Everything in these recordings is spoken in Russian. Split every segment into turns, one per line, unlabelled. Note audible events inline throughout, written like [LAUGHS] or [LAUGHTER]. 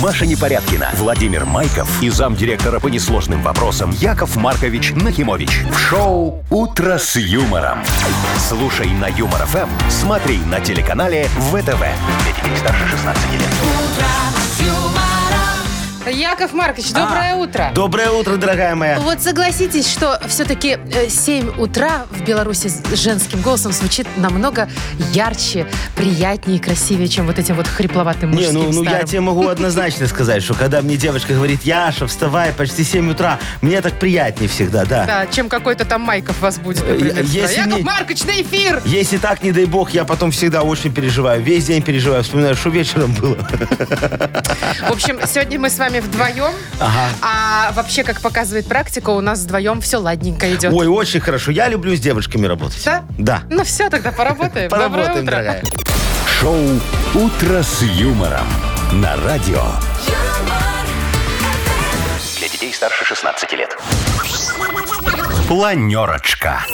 Маша Непорядкина, Владимир Майков и замдиректора по несложным вопросам Яков Маркович Нахимович. В шоу «Утро с юмором». Слушай на Юмор ФМ, смотри на телеканале ВТВ. Для детей старше 16 лет.
Яков Маркович, доброе
А.
утро.
Доброе утро, дорогая моя.
Вот согласитесь, что все-таки 7 утра в Беларуси с женским голосом звучит намного ярче, приятнее и красивее, чем вот этим вот хрипловатым
Не,
мужским
ну, ну я
старым.
тебе могу однозначно сказать, что когда мне девочка говорит, Яша, вставай, почти 7 утра, мне так приятнее всегда, да.
Да, чем какой-то там Майков вас будет,
Э,
например.
если
сказать, Яков
не-
Маркович, на эфир!
Если так, не дай бог, я потом всегда очень переживаю. Весь день переживаю. Вспоминаю, что вечером было.
В общем, сегодня мы с вами вдвоем, а вообще, как показывает практика, у нас вдвоем все ладненько идет.
Ой, очень хорошо. Я люблю с девушками работать.
Да?
Да.
Ну все, тогда поработаем.
Поработаем,
Доброе утро.
дорогая.
Шоу «Утро с юмором» на радио. Для детей старше 16 лет. Планерочка.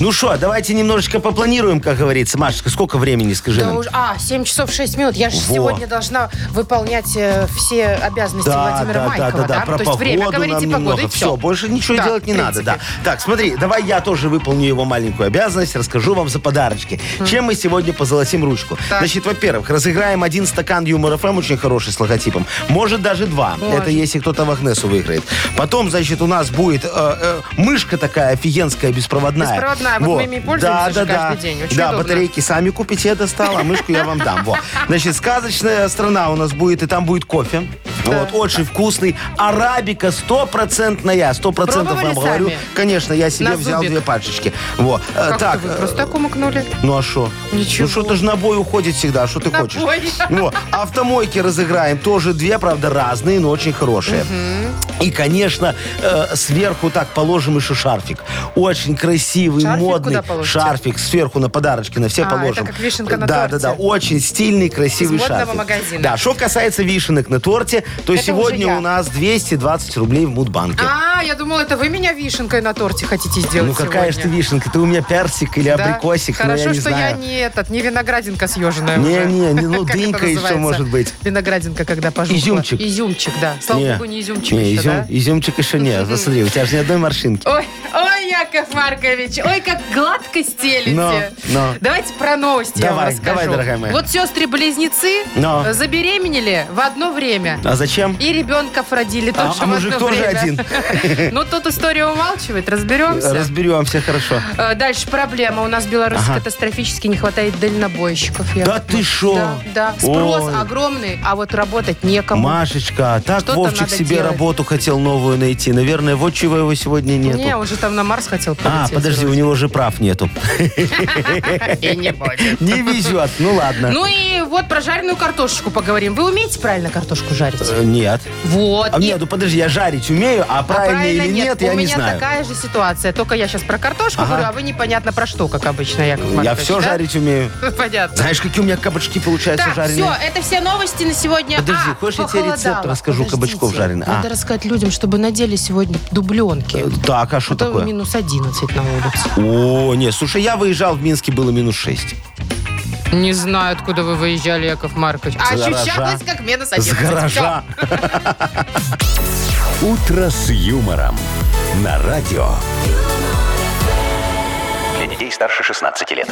Ну что, давайте немножечко попланируем, как говорится. Машечка, сколько времени, скажи
Да
нам?
уж- а, 7 часов 6 минут. Я же
ну. Во.
сегодня должна выполнять э, все обязанности Владимира Майкова, да? Ну,
про
То есть время,
погоду
говорите,
нам
погода, и
немного.
все.
Все, больше ничего
Да,
делать не
в
надо, да.
принципе.
Так, смотри, давай я тоже выполню его маленькую обязанность, расскажу вам за подарочки. Чем мы сегодня позолотим ручку?
Так.
Значит, во-первых, разыграем один стакан Юмор ФМ, очень хороший с логотипом. Может, даже два.
Может.
Это если кто-то в Агнесу выиграет. Потом, значит, у нас будет э, э, мышка такая офигенская, беспроводная.
Беспроводная, вот мы ими пользуемся
да,
же
да, да.
каждый день, очень
Да,
удобно.
батарейки сами купите, я достал, а мышку я вам дам. Во. Значит, сказочная страна у нас будет, и там будет кофе. Вот, очень вкусный. Арабика стопроцентная. Сто процентов
Пробовали
вам говорю.
сами?
Конечно, я себе
На
взял
зубик.
две пачечки. Вот. Э,
А Как
Так,
это вы
э,
просто так умыкнули?
ну а что?
Ничего.
Ну что-то же на бой уходит всегда, что ты
На
хочешь?
бой.
Вот. Автомойки разыграем. Тоже две, правда, разные, но очень хорошие. И, конечно, э, сверху так положим еще шарфик. Очень красивый,
Шарфик
модный
куда положите?
шарфик сверху на подарочки, на все
А, это
положим.
как вишенка на
да,
торте.
Да, да, Очень стильный, красивый
Из модного
шарфик.
магазина.
Да, что касается вишенок на торте,
Это
то
уже я.
сегодня у нас 220 рублей в Мудбанке.
А, я думала, это вы меня вишенкой на торте хотите сделать
Ну какая же ты
сегодня.
вишенка? Ты у меня персик или
Да?
абрикосик, но
Хорошо,
я не
что
знаю.
я не этот, не виноградинка съеженная уже.
Не-не, не, ну,
[LAUGHS] Как это
дынька еще
называется?
может быть.
Виноградинка, когда пожухла.
Изюмчик.
Изюмчик, да. Слава
Не.
богу, не изюмчик
Не,
еще,
изюм-
да?
изюмчик еще
[LAUGHS]
нет. Посмотри, у тебя же ни одной морщинки.
Ой, ой, Яков Маркович, ой, как гладко стелите.
Но, но.
Давайте про новости я вам
Давай,
расскажу.
давай, дорогая моя.
Вот сестры-близнецы
Но.
э, забеременели в одно время.
А зачем?
И ребенков родили
А-
тоже
а
в
мужик
одно
тоже
время. [LAUGHS]
один?
Ну, тут история умалчивает, разберемся.
Разберемся хорошо.
Э, Дальше проблема. У нас в Беларуси
Ага.
катастрофически не хватает дальнобойщиков. Яков
Да ты шо?
Да, да. Спрос
Ой.
огромный, а вот работать некому.
Машечка, так
Что-то
Вовчик
надо
себе
делать.
работу хотел новую найти. Наверное, вот чего его сегодня нету.
Не, он же там на Марс хотел
а,
полететь.
подожди, у него же
[LAUGHS]
прав нету.
И не
[LAUGHS]
будет.
Не везет, ну ладно.
Ну и вот про жареную картошечку поговорим. Вы умеете правильно картошку жарить?
Э, Нет.
Вот.
А,
и-
Нет, ну подожди, я жарить умею, а
а
правильно или нет,
У
я не
меня
знаю.
такая же ситуация. Только я сейчас про картошку
Ага.
говорю, а вы непонятно про что, как обычно, Яков
Я
Маркович,
все
да?
жарить умею.
[LAUGHS] Понятно.
Знаешь, какие у меня кабачки получаются
Так, все,
жареные?
это все новости на сегодня.
Подожди,
А,
хочешь, я тебе
похолодало.
рецепт расскажу
Подождите,
кабачков жареных? А.
Надо рассказать людям, чтобы надели сегодня дубленки.
Э, Так, а что
Это
такое?
минус 11 на улице.
О, нет, слушай, я выезжал в Минске, было минус 6.
Не знаю, откуда вы выезжали, Яков Маркович. А
С гаража.
ощущалось, как минус 11.
С гаража.
«Утро с юмором» на радио. Для детей старше 16 лет.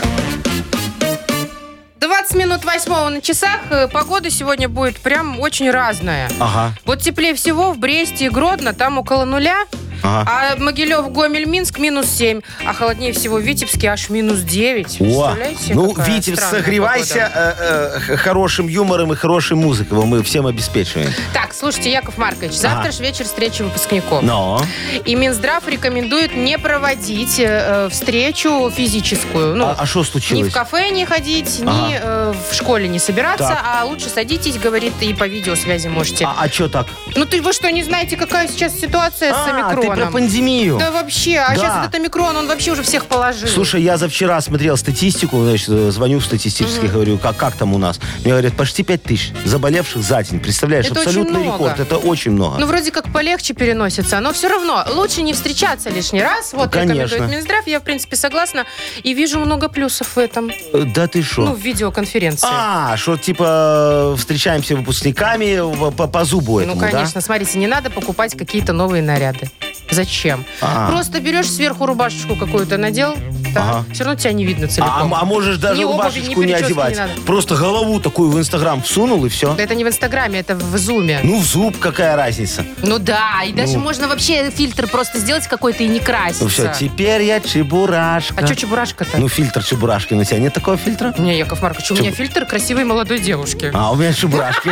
20 минут восьмого на часах. Э, Погода сегодня будет прям очень разная.
Ага,
Вот теплее всего в Бресте и Гродно, там около нуля.
ага.
А Могилев, Гомель, Минск минус 7. А холоднее всего в Витебске аж минус 9.
О,
Представляете,
ну,
какая
Витебс,
странная
согревайся
погода.
э, э, х- хорошим юмором и хорошей музыкой. Мы всем обеспечиваем.
Так, слушайте, Яков Маркович, завтра
Ага.
же вечер встречи выпускников.
Но.
И Минздрав рекомендует не проводить э, встречу физическую. Ну,
а что
ни в
случилось?
кафе не ходить, ни э, в школе не собираться,
Так.
а лучше садитесь, говорит, и по видеосвязи можете.
А, а что так?
Ну ты вы что, не знаете, какая сейчас ситуация с
а,
омикроном?
ты про
Омикроном.
пандемию.
Да вообще, а
Да.
сейчас этот омикрон, он вообще уже всех положил.
Слушай, я за вчера смотрел статистику, значит, э, звоню в статистический, говорю, как, как там у нас? Мне говорят, почти 5 тысяч заболевших за день. Представляешь,
Это очень
абсолютный
много.
рекорд. Это очень много.
Ну, вроде как полегче переносится, но все равно лучше не встречаться лишний раз. Вот
Конечно.
рекомендует Минздрав, я, в принципе, согласна. И вижу много плюсов в этом.
Э, да ты что?
Ну, в видеоконференции. Ну,
а, что типа э, встречаемся выпускниками в- по, по зубу этому,
ну, конечно, смотрите, не надо покупать какие-то новые наряды. Зачем?
А.
Просто берешь сверху рубашечку какую-то, надел,
Ага.
все равно тебя не видно
да?
целиком.
А, а- а можешь даже
Ни обуви, ни
рубашечку не
прически не
одевать.
надо.
Просто голову такую в Инстаграм всунул и все.
Да Это не в Инстаграме, это в Зуме.
Ну, в зуб какая разница?
Ну да, и даже можно вообще фильтр просто сделать какой-то и не краситься.
Ну все, теперь я чебурашка.
А что чебурашка-то?
Ну, фильтр чебурашки. У тебя нет такого фильтра?
Не, Яков Маркович, у меня фильтр красивой молодой девушки.
А, у меня чебурашки.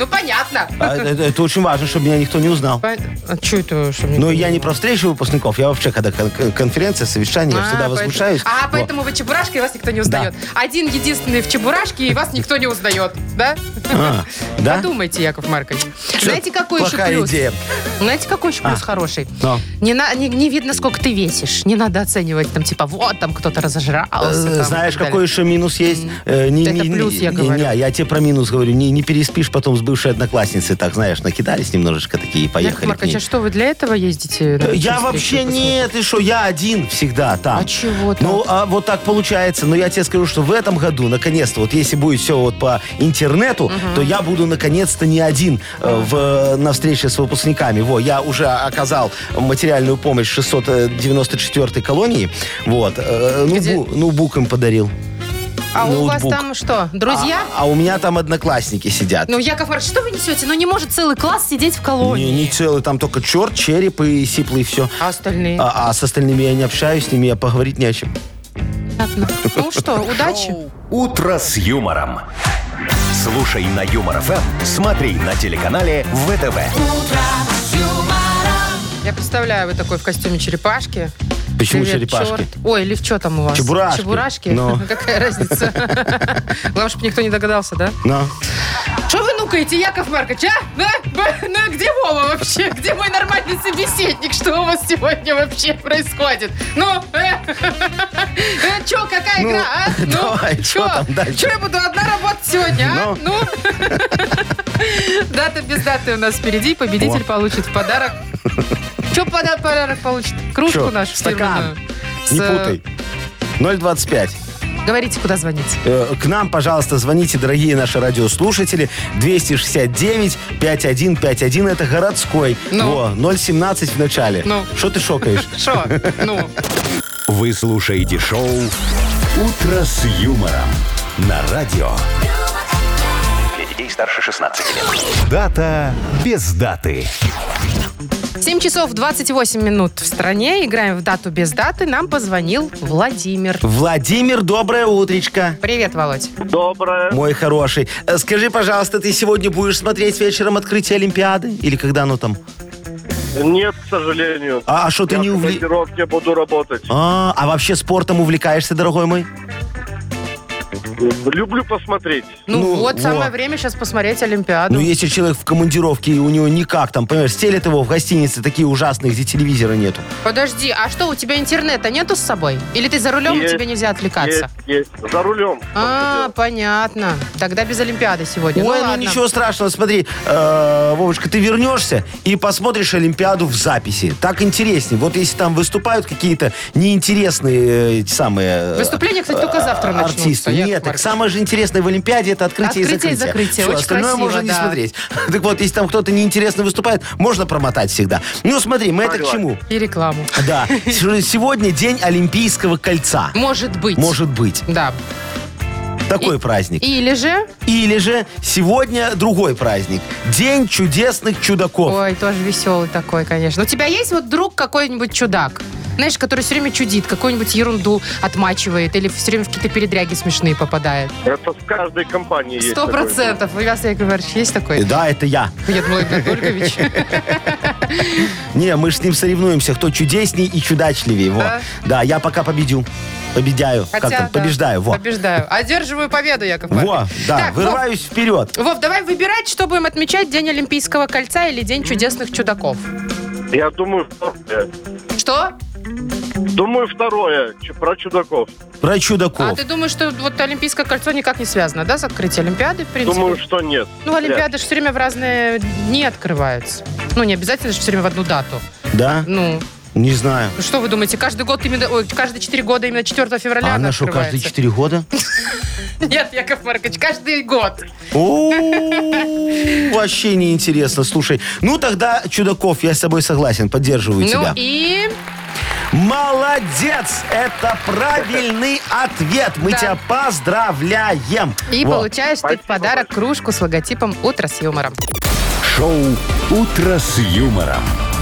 Ну понятно.
А, Это это очень важно, чтобы меня никто не узнал.
По- А что это? что мне-
Ну, я не про встречу выпускников, я вообще, когда кон- кон- конференция, совещание, я
А,
всегда
поэтому-
возмущаюсь.
А,
Во.
поэтому вы чебурашки, и вас никто не узнает. Один единственный в чебурашке, и вас никто не узнает. Да?
А, да?
Подумайте, Яков Маркович.
Чё,
Знаете, какой еще
плохая
плюс?
идея. А.
Знаете, какой еще плюс хороший?
Но.
Не, на- не, не видно, сколько ты весишь. Не надо оценивать, там, типа, вот, там кто-то разожрался. там,
Э,
и так
Знаешь,
далее.
какой еще минус есть? Э, не-
Это
не-
плюс,
не-
я
не-
говорю.
Не, я тебе про минус говорю. Не, не переспишь потом с бывшей одноклассницей, так знаешь, накидались немножечко такие и
Яков
поехали. к
Маркович,
ней. Э,
а что, вы для этого ездите? на
Я
встречу
вообще
посмотреть?
нет, и что, я один всегда там.
А чего там?
Ну, а вот так получается. Но я тебе скажу, что в этом году, наконец-то, вот если будет все вот по интернету, то я буду наконец-то не один э, в, на встрече с выпускниками. Во, я уже оказал материальную помощь 694 колонии. Вот. Э, ну,
Где?
бу- ну, бук им подарил.
А у вас
ноутбук.
там что, друзья?
А, а у меня там одноклассники сидят.
Ну, Яков Маркович, что вы несете? Ну, не может целый класс сидеть в колонии.
не, не целый, там только черт, череп и сиплый, и все.
А остальные?
А, а с остальными я не общаюсь, с ними я поговорить не о чем.
Понятно. Ну что, удачи.
«Утро с юмором». Слушай на Юмор ФМ, смотри на телеканале ВТВ.
Я представляю, вы такой в костюме черепашки.
Почему
Привет,
черепашки?
черт. Ой, или в что там у вас?
Чебурашки.
Чебурашки?
Ну.
[LAUGHS] Какая разница? Главное, чтобы никто не догадался, да?
На.
Что вы нукаете, Яков Маркович, а? Да? Б- ну, где Вова вообще? Где мой нормальный собеседник? Что у вас сегодня вообще происходит? Ну, э, [LAUGHS] э, чё, какая
Ну,
игра, а?
[LAUGHS] давай, чё там дальше?
Чё я буду одна работать сегодня, а? Ну. [LAUGHS] Дата без даты у нас впереди. Победитель
О.
получит в подарок. Чё пода- подарок получит? Кружку
Чё,
нашу
стакан?
фирменную.
Не
С, э,
путай. 025.
Говорите, куда звонить.
Э, К нам, пожалуйста, звоните, дорогие наши радиослушатели. 269-5151. Это городской.
Ну.
Во, 017 в начале.
Ну.
Что ты шокаешь?
Шо? Ну.
Вы слушаете шоу «Утро с юмором» на радио. Для детей старше 16 лет. Дата без даты.
7 часов 28 минут в стране. Играем в дату без даты. Нам позвонил Владимир.
Владимир, доброе утречко.
Привет, Володь.
Доброе.
Мой хороший. Э, Скажи, пожалуйста, ты сегодня будешь смотреть вечером открытие Олимпиады? Или когда оно там?
Нет, к сожалению.
А что ты
Я
не
в
увли...
командировке буду работать.
А, а вообще спортом увлекаешься, дорогой мой?
Люблю посмотреть.
Ну,
Ну,
вот,
вот.
самое время сейчас посмотреть Олимпиаду.
Ну, если человек в командировке, и у него никак там, понимаешь, стелят его в гостинице, такие ужасные, где телевизора нету.
Подожди, а что, у тебя интернета нету с собой? Или ты за рулем, и
Есть,
тебе нельзя отвлекаться?
Есть, есть. За рулем.
А, понятно. Тогда без Олимпиады сегодня.
Ой,
ну,
ну,
ладно.
ничего страшного, смотри, э, Вовочка, ты вернешься и посмотришь Олимпиаду в записи. Так интереснее. Вот если там выступают какие-то неинтересные э, эти самые... э,
Выступления, кстати, только
э,
завтра начнутся,
Артисты.
Яков
Нет, так
Маркович.
самое же интересное в Олимпиаде это открытие,
Открытие и
и закрытие.
закрытие.
Всё,
Очень
остальное
красиво,
можно
да.
не смотреть. [LAUGHS] Так вот, если там кто-то неинтересно выступает, можно промотать всегда. Ну, смотри, мы это к
Согласен.
чему?
И рекламу.
Да, Сё- сегодня день Олимпийского кольца.
Может быть.
Может быть.
Да.
Такой праздник.
Или же...
Или же сегодня другой праздник. День чудесных чудаков.
Ой, тоже веселый такой, конечно. У тебя есть вот друг какой-нибудь чудак? Знаешь, который все время чудит, какую-нибудь ерунду отмачивает или все время в какие-то передряги смешные попадает.
Это в каждой компании есть.
Сто
такой.
процентов. У вас, Яков Маркович, есть такой?
Да, это я.
Я думала, Игорь
[LAUGHS]
Анатольевич.
Не, мы ж с ним соревнуемся, кто чудесней и чудачливее. Во.
Да?
Да? я пока победю. Победяю.
А? Хотя,
как там?
да,
Побеждаю. Во.
Побеждаю. Одерживаю победу, Яков
Во,
Маркович.
да,
Так, ну. Вов,
вырываюсь вперед.
Вов, давай выбирать, что будем отмечать, День Олимпийского кольца или День чудесных чудаков.
Я думаю второе.
Что?
Думаю второе. Ч- Про чудаков.
Про чудаков.
А ты думаешь, что вот Олимпийское кольцо никак не связано, да, с открытием Олимпиады, в принципе?
Думаю, что нет.
Ну, Олимпиады же все время в разные дни открываются. Ну, не обязательно же все время в одну дату.
Да?
Ну,
Не знаю.
ну что вы думаете, каждый год именно, ой, каждые 4 года именно 4 февраля
А
она
она что, каждые
открывается?
4 года?
[LAUGHS] Нет, Яков Маркович, каждый год.
О, Вообще неинтересно. Слушай, ну тогда, Чудаков, я с тобой согласен, поддерживаю
ну
тебя.
и...
Молодец! Это правильный ответ. Мы
Да.
тебя поздравляем.
И
Вот.
получаешь ты в
Спасибо
подарок кружку с логотипом «Утро с юмором».
Шоу «Утро с юмором»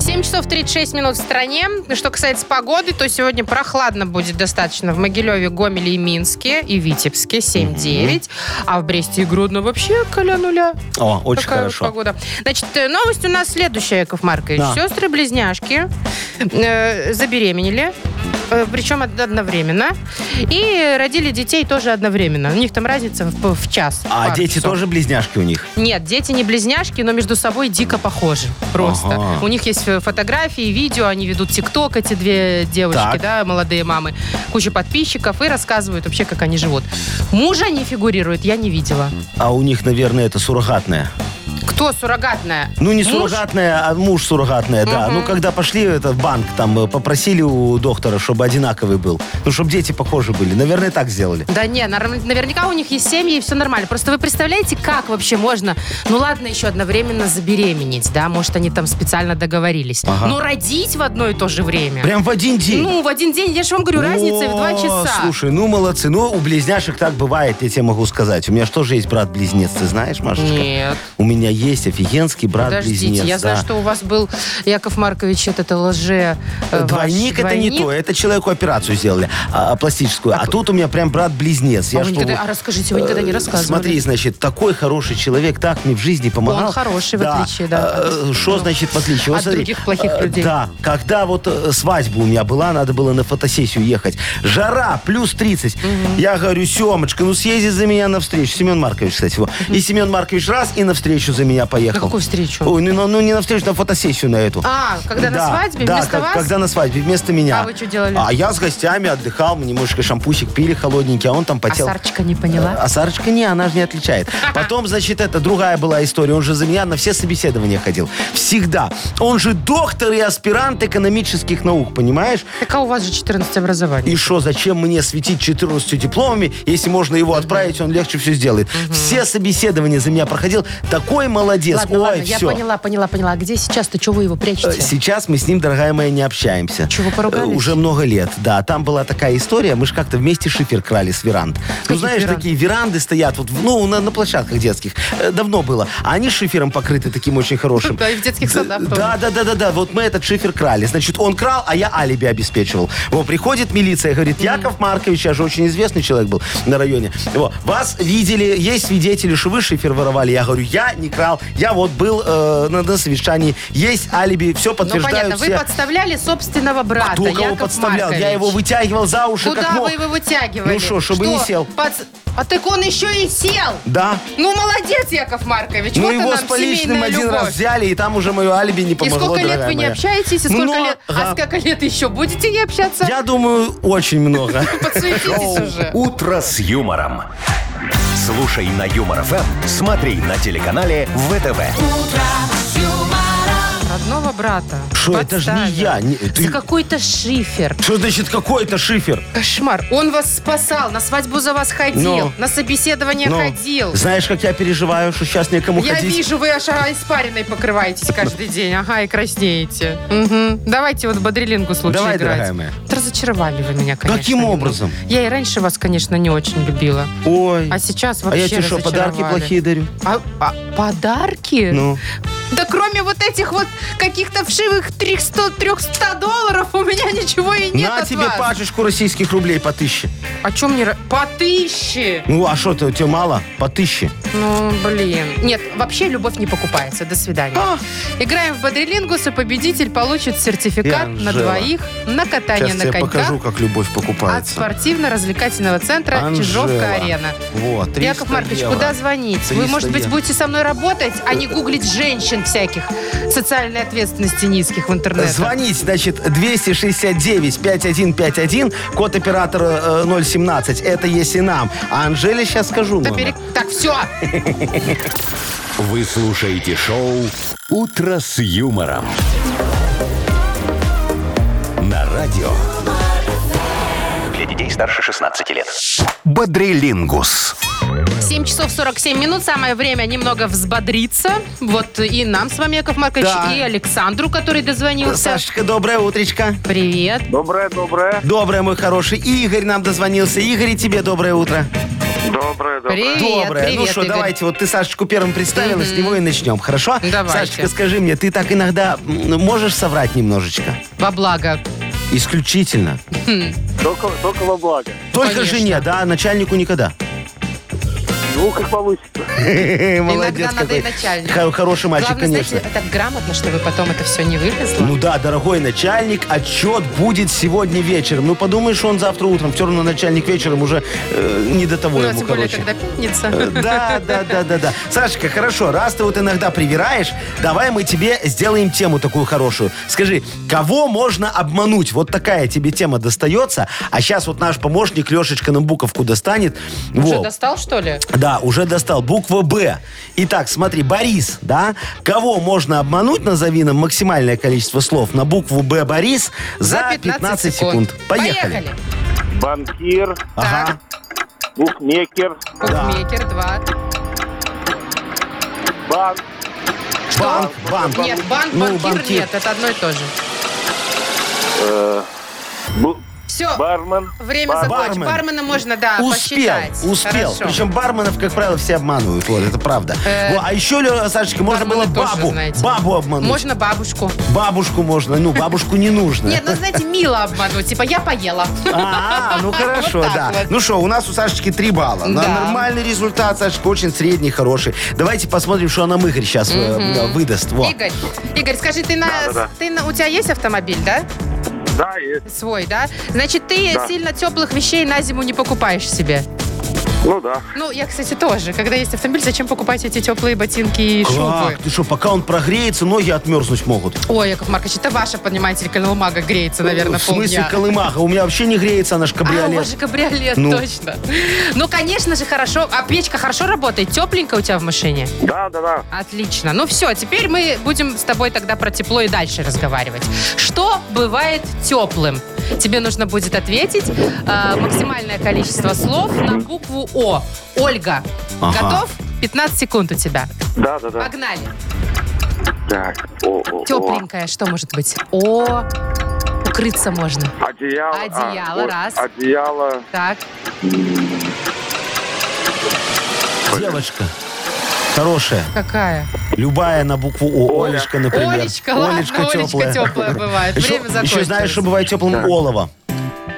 7 часов 36 минут в стране. Что касается погоды, то сегодня прохладно будет достаточно в Могилеве, Гомеле и Минске, и Витебске 7-9. А в Бресте и Гродно вообще коля нуля.
О, очень
Такая вот
хорошо.
погода. Значит, э, новость у нас следующая, Яков Маркович.
Да.
Сестры-близняшки э, забеременели, э, причем од- одновременно, и родили детей тоже одновременно. У них там разница в, в час.
А
пар
дети
часов.
тоже близняшки у них?
Нет, дети не близняшки, но между собой дико похожи. Просто.
Ага.
У них есть э, фотографии, видео, они ведут тикток, эти две девочки,
Так.
да, молодые мамы. Куча подписчиков и рассказывают вообще, как они живут. Мужа не фигурирует, я не видела.
А у них, наверное, это суррогатная.
Кто суррогатная?
Ну, не
Муж?
суррогатная, а муж суррогатная, да. Ну, когда пошли это, в банк, там, э, попросили у доктора, чтобы одинаковый был. Ну, чтобы дети похожи были. Наверное, так сделали.
Да не, нар- наверняка у них есть семьи и все нормально. Просто вы представляете, как вообще можно, ну ладно, еще одновременно забеременеть, да, может, они там специально договорились.
Ага.
Но родить в одно и то же время.
Прям в один день.
Ну, в один день, я же вам говорю, разница и в два
О,
часа.
Слушай, ну молодцы. Ну, у близняшек так бывает, я тебе могу сказать. У меня же тоже есть брат-близнец, ты знаешь, Машечка?
Нет.
У меня есть офигенский брат-близнец.
Подождите, я знаю,
да.
что у вас был Яков Маркович этот лже э, ваш
Двойник это не
двойник.
то, это человеку операцию сделали, а, а, пластическую. А, тут у меня прям брат-близнец.
А,
Я
вы
что,
никогда- а расскажите, вы никогда не
э,
рассказывали.
Смотри, значит, такой хороший человек, так мне в жизни помогал. Э,
Он хороший, в отличие, да, от-
Что
ну,
значит в отличие? Вот
от
смотри,
других плохих
э,
людей.
Да, когда вот э, свадьба у меня была, надо было на фотосессию ехать. Жара, плюс 30. Я говорю, Семочка, ну съезди за меня навстречу. Семен Маркович, кстати, его. И Семен Маркович раз, и навстречу за меня поехал.
какую встречу?
Ой, ну, ну, не навстречу, на фотосессию на эту.
А, когда на
Да,
свадьбе
да,
вместо
как-
вас?
когда на свадьбе вместо меня.
А вы что делали?
А я с гостями отдыхал, мы немножко шампусик пили холодненький, а он там
А
потел.
Сарочка не поняла?
А Сарочка не, она же не
[LAUGHS]
отличает. Потом, значит, это другая была история. Он же за меня на все собеседования ходил. Всегда. Он же доктор и аспирант экономических наук, понимаешь?
Так а у вас же 14 образований.
И что, зачем мне светить 14 дипломами, если можно его отправить, он легче все сделает. Все собеседования за меня проходил. Такой молодец.
Ладно,
Ой,
ладно, я
все.
поняла, поняла, поняла. А Где сейчас-то? Чего вы его
Э,
прячете?
Сейчас мы с ним, дорогая моя, не общаемся.
А Чего, поругались?
Э, Уже много лет, да. Там была такая история, мы же как-то вместе шифер крали с веранд. ну,
Каких
знаешь,
веранд?
такие веранды стоят, вот, в- ну, на, на площадках детских. Э, Давно было. А они шифером покрыты таким очень хорошим.
Да, и в детских садах тоже. Ну,
Да, да, да, да, да. Вот мы этот шифер крали. Значит, он крал, а я алиби обеспечивал. Вот приходит милиция, говорит, Яков Маркович, я же очень известный человек был на районе. Во, вас видели, есть свидетели, что вы шифер воровали. Я говорю, я не крал, я вот был э, на, на совещании, есть алиби, все
Ну,
подтверждают
понятно, вы
все.
подставляли собственного брата,
Кто кого
Яков
подставлял?
Маркович.
Я его вытягивал за уши,
Куда
как мог.
вы его вытягивали?
Ну шо, чтобы не сел.
Пац- А так он еще и сел!
Да.
Ну, молодец, Яков Маркович.
Ну
вот
его
она,
с поличным
семейная
один
любовь.
раз взяли, и там уже мое алиби не
И
помогло,
сколько лет
дорогая
вы не
моя.
общаетесь, и сколько
Много.
лет... А сколько лет еще будете не общаться?
Я думаю, очень много.
Подсуетитесь уже.
«Утро с юмором». Слушай на Юмор ФМ, смотри на телеканале ВТВ.
Родного брата.
Шо, это ж не
подставил.
я, не- ты-
За какой-то шифер.
Что значит какой-то шифер?
Кошмар. Он вас спасал, на свадьбу за вас ходил,
Ну.
на собеседование
Ну,
ходил.
Знаешь, как я переживаю, что сейчас некому
Я
ходить?
вижу, вы аж а, испариной покрываетесь каждый день. Ага, и краснеете. Мгм. Давайте вот бодрилингу случай
Давай,
играть.
дорогая моя.
Разочаровали вы меня, конечно.
Каким
немного.
образом?
Я и раньше вас, конечно, не очень любила.
Ой.
А сейчас
А
вообще
я тебе что, подарки
разочаровали.
плохие дарю?
А, а, подарки?
Ну.
Да кроме вот этих вот каких-то вшивых 300-300 долларов у меня ничего и нет
На
от
тебе
вас.
пачечку российских рублей по тысяче.
О чем мне... ра- По тысяче!
Ну, а что, тебе мало? По тысяче.
Ну, блин. Нет, вообще любовь не покупается. До свидания.
А.
Играем в Бодрилингус, и победитель получит сертификат
Я
на
Анжела.
двоих на катание
Сейчас
на
я
коньках
покажу, как любовь
от
покупается.
спортивно-развлекательного центра
Анжела.
Чижовка-арена.
Вот, 300
Яков Маркович,
евро.
куда звонить? Вы,
300
может быть,
евро.
будете со мной работать, а не гуглить женщин всяких социальной ответственности низких в интернете.
Звонить, значит, 269-5151, код оператора э, 017. Это если нам. А Анжеле сейчас скажу
Да
номер.
пере- Так, все.
Вы слушаете шоу «Утро с юмором». На радио
Для детей старше 16 лет.
«Бодрилингус».
7 часов 47 минут. Самое время немного взбодриться. Вот и нам с вами, Яков Маркович,
Да.
и Александру, который дозвонился.
Сашечка, доброе утречко.
Привет.
Ну,
Доброе, доброе.
Доброе, мой хороший. И Игорь нам дозвонился. Игорь, и тебе доброе утро.
Доброе, доброе.
Привет,
доброе.
привет,
ну что,
Игорь.
давайте, вот ты Сашечку первым представила, с него и начнем, хорошо?
Давайте.
Сашечка, скажи мне, ты так иногда м, можешь соврать немножечко?
Во благо.
Исключительно.
Только, только во благо.
Только
Конечно.
жене, да, начальнику
[LAUGHS]
никогда.
Ну, как получится.
Молодец
надо
какой.
и начальник.
Хо- Хороший мальчик,
Главное,
конечно.
знаете, так грамотно, чтобы потом это все не вылезло.
Ну да, дорогой начальник, отчет будет сегодня вечером. Ну подумаешь, он завтра утром. Все равно начальник вечером уже э, не до того
Ну, а
ему,
тем более,
короче.
когда пятница.
Э, Да, да, да, да, да. Сашечка, хорошо, раз ты вот иногда привираешь, давай мы тебе сделаем тему такую хорошую. Скажи, кого можно обмануть? Вот такая тебе тема достается. А сейчас вот наш помощник Лешечка нам буковку достанет.
Уже
Во.
достал, что ли?
Да, уже достал. Буква «Б». Итак, смотри, Борис, да? Кого можно обмануть, назови нам максимальное количество слов на букву «Б» Борис за 15, секунд. Поехали.
Поехали.
Банкир,
Ага.
букмекер,
Букмекер 2.
банк,
Банк, банк.
Нет, банк,
Ну,
банкир,
банкир.
нет. Это одно и то же.
бу-
Все.
бармен.
Время
Бар-
закончено.
бармен.
Бармена можно, да,
Успел,
А, посчитать.
успел.
Хорошо.
Причем барменов, как правило, все обманывают. Вот, это правда. Во, а еще, Лё- Сашечка, можно было
бармена тоже,
бабу.
знаете.
Бабу обмануть.
Можно бабушку.
Бабушку можно. Ну, бабушку не нужно.
Нет, ну, знаете, мило обмануть. Типа, я поела.
А, ну хорошо,
[LAUGHS] Вот так
да.
вот.
Ну что, у нас у Сашечки 3 балла. На
Да.
Нормальный результат, Сашечка, очень средний, хороший. Давайте посмотрим, что нам Игорь сейчас выдаст. Во.
Игорь, Игорь, скажи, ты на,
Да-да-да.
ты на- у тебя есть автомобиль, да?
Да, есть.
Свой, да? Значит, ты
Да.
сильно теплых вещей на зиму не покупаешь себе.
Ну да.
Ну, я, кстати, тоже. Когда есть автомобиль, зачем покупать эти теплые ботинки и шубы?
Как? Ты что, пока он прогреется, ноги отмерзнуть могут.
Ой, Яков Маркович, это ваша, понимаете, колымага греется, наверное,
В смысле
полдня.
колымаха? У меня вообще не греется наш
А, у
кабриолет.
вас же кабриолет,
Ну.
точно. Ну, конечно же, хорошо. А печка хорошо работает? Тепленькая у тебя в машине?
Да, да, да.
Отлично. Ну все, теперь мы будем с тобой тогда про тепло и дальше разговаривать. Что бывает теплым? Тебе нужно будет ответить э, максимальное количество слов на букву О. Ольга,
Ага.
готов? 15 секунд у тебя.
Да, да, да.
Погнали. А
Так. О, о, о.
Тепленькое, что может быть? О, укрыться можно.
Одеяло. а,
Одеяло,
вот,
раз.
Одеяло.
Так,
Девочка. Хорошая.
какая?
Любая на букву О.
Оля.
Олечка, например.
Олечка, ладно, Олечка теплая бывает.
Еще,
Время закончилось.
еще знаешь, что бывает теплым олово.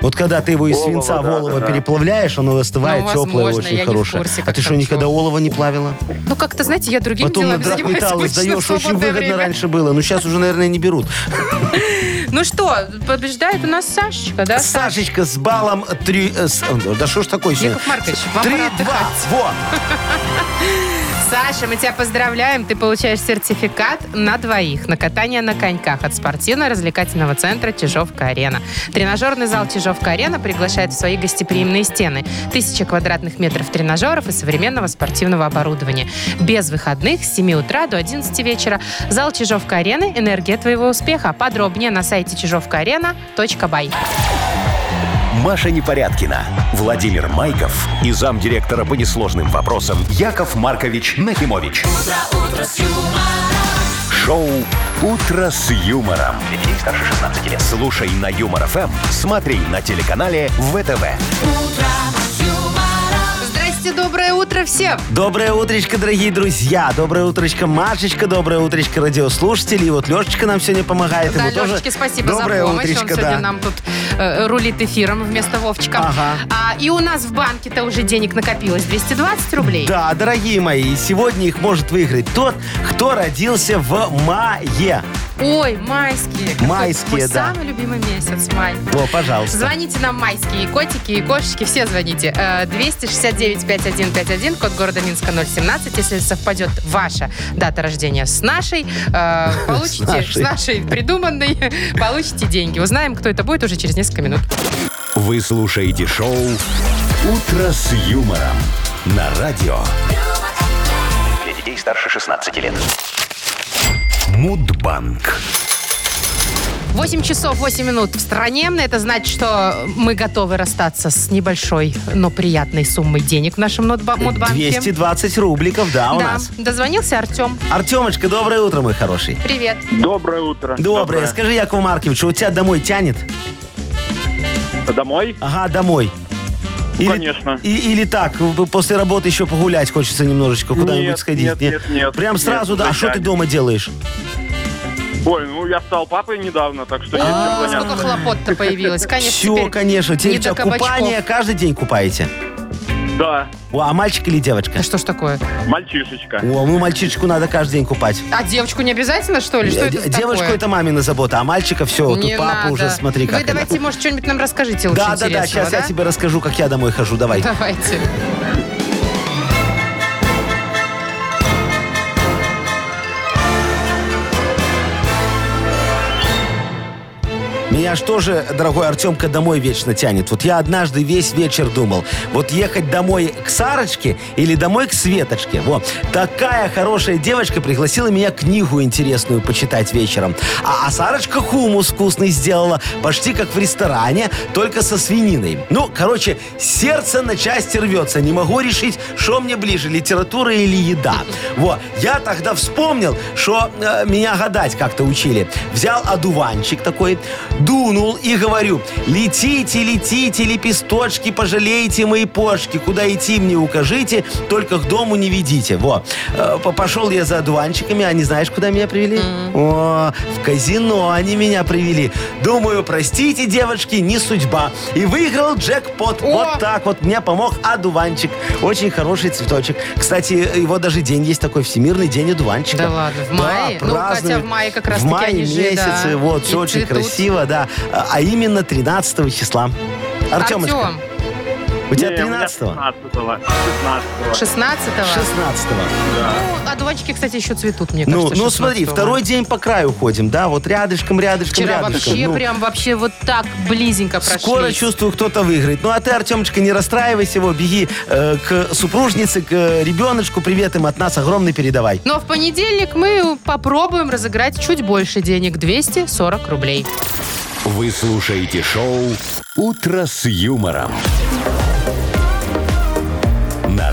Вот когда ты его из
Олово,
свинца в
да,
олово
да, да.
переплавляешь, оно остывает
Ну,
теплое,
возможно, я
очень
не в
хорошее.
курсе,
а
как
ты что,
там
никогда
чё.
олово не плавила?
Ну, как-то, знаете, я другими
Потом на
делами занимаюсь
драгметалл
обычно в
сдаешь, очень
свободное
выгодно
время.
раньше было. Но сейчас уже, наверное, не берут.
Ну что, побеждает у нас Сашечка, да?
Сашечка с баллом 3... э, Да что ж такое сегодня?
Яков Маркович, вам
Три,
пора
два,
отдыхать.
вот.
Саша, мы тебя поздравляем. Ты получаешь сертификат на двоих на катание на коньках от спортивно-развлекательного центра «Чижовка-арена». Тренажерный зал «Чижовка-арена» приглашает в свои гостеприимные стены. Тысяча квадратных метров тренажеров и современного спортивного оборудования. Без выходных с 7 утра до 11 вечера. Зал «Чижовка-арены» – энергия твоего успеха. Подробнее на сайте чижовкаарена.бай.
Маша Непорядкина, Владимир Майков и замдиректора по несложным вопросам Яков Маркович Нахимович. Шоу Утро с юмором.
Для детей старше 16 лет.
Слушай на юмор ФМ, смотри на телеканале ВТВ.
юмора,
Здрасте, доброе утро, утро всем!
Доброе утречко, дорогие друзья. Доброе утречко, Машечка. Доброе утречко, радиослушатели. И вот Лешечка нам сегодня помогает.
Да,
Ему тоже
Лешечке спасибо
Доброе
за помощь.
утречко,
Он сегодня
да.
нам тут э, рулит эфиром вместо Вовчика.
Ага.
А, и у нас в банке-то уже денег накопилось 220 рублей.
Да, дорогие мои, сегодня их может выиграть тот, кто родился в мае.
Ой, майские. какой
Майские,
мой
да.
самый любимый месяц, май.
Во, пожалуйста.
Звоните нам майские, и котики, и кошечки, все звоните. Э, 269-5151, код города Минска 017. Если совпадет ваша дата рождения с нашей, э,
[LAUGHS]
получите,
нашей.
с нашей придуманной, получите деньги. Узнаем, кто это будет уже через несколько минут.
Вы слушаете шоу «Утро с юмором» на радио
Для детей старше 16 лет.
Мудбанк.
8 часов 8 минут в стране. Это значит, что мы готовы расстаться с небольшой, но приятной суммой денег в нашем нотба- мудбанке.
220 рубликов, да, у
Да,
нас.
дозвонился Артем.
Артемочка, доброе утро, мой хороший.
Привет.
Доброе утро.
Доброе. Скажи, Якову Марковичу, у тебя домой тянет?
Домой?
Ага, домой. Или,
Конечно.
и- или так, в- после работы еще погулять хочется немножечко, куда-нибудь
Нет,
сходить.
нет, нет, нет.
Прям
Нет,
сразу, да. А что ты
тянет.
дома делаешь?
Ой, ну я стал папой недавно, так что есть чем
Сколько
заняться.
хлопот-то появилось. Конечно,
Все,
теперь
А, конечно. Теперь
не
у тебя
до кабачков.
купание каждый день купаете.
Да,
О, а мальчик или девочка?
Да что ж такое?
мальчишечка.
О, ну мальчишечку надо каждый день купать.
А девочку не обязательно, что ли? Что
Э,
это за
Девочку
такое?
это мамина забота, а мальчика все, тут
Не
папа
надо.
уже смотри как.
Вы давайте, может, что-нибудь нам расскажите лучше
Да, да, да,
интересного,
сейчас
[LAUGHS]
я тебе расскажу, как я домой хожу, давай.
Давайте.
Меня ж тоже, дорогой Артемка, домой вечно тянет. Вот я однажды весь вечер думал, вот ехать домой к Сарочке или домой к Светочке. Вот. Такая хорошая девочка пригласила меня книгу интересную почитать вечером. А, а Сарочка хумус вкусный сделала, почти как в ресторане, только со свининой. Ну, короче, сердце на части рвется. Не могу решить, что мне ближе, литература или еда. Вот. Я тогда вспомнил, что э, меня гадать как-то учили. Взял одуванчик такой, дунул и говорю, летите, летите, лепесточки, пожалейте мои почки, куда идти мне укажите, только к дому не ведите. Во. Э, по- Пошел я за одуванчиками, а не знаешь, куда меня привели? О, в казино они меня привели. Думаю, простите, девочки, не судьба. И выиграл джекпот.
О!
Вот так вот мне помог одуванчик. Очень хороший цветочек. Кстати, его даже день есть такой, Всемирный день одуванчика.
Да ладно, в мае? Ну, хотя
празднуют.
в мае как раз
В
таки
мае
они же,
месяце,
да,
вот,
и
все очень
цветут.
красиво, да. А а именно 13 числа. Артемочка,
Артем,
у тебя
Не, Э, у меня
13 -го?
16-го.
16-го.
16-го.
16
Ну, одуванчики, кстати, еще цветут, мне
ну,
кажется,
ну смотри,
16-го.
второй день по краю ходим, да, вот рядышком, рядышком,
Вчера
рядышком.
вообще
Ну,
прям вообще вот так близенько прошли.
Скоро, чувствую, кто-то выиграет. Ну, а ты, Артемочка, не расстраивайся его, беги э, к супружнице, к э, ребеночку, привет им от нас огромный передавай.
Но в понедельник мы попробуем разыграть чуть больше денег. 240 рублей.
Вы слушаете шоу «Утро с юмором». На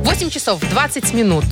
8 часов 20 минут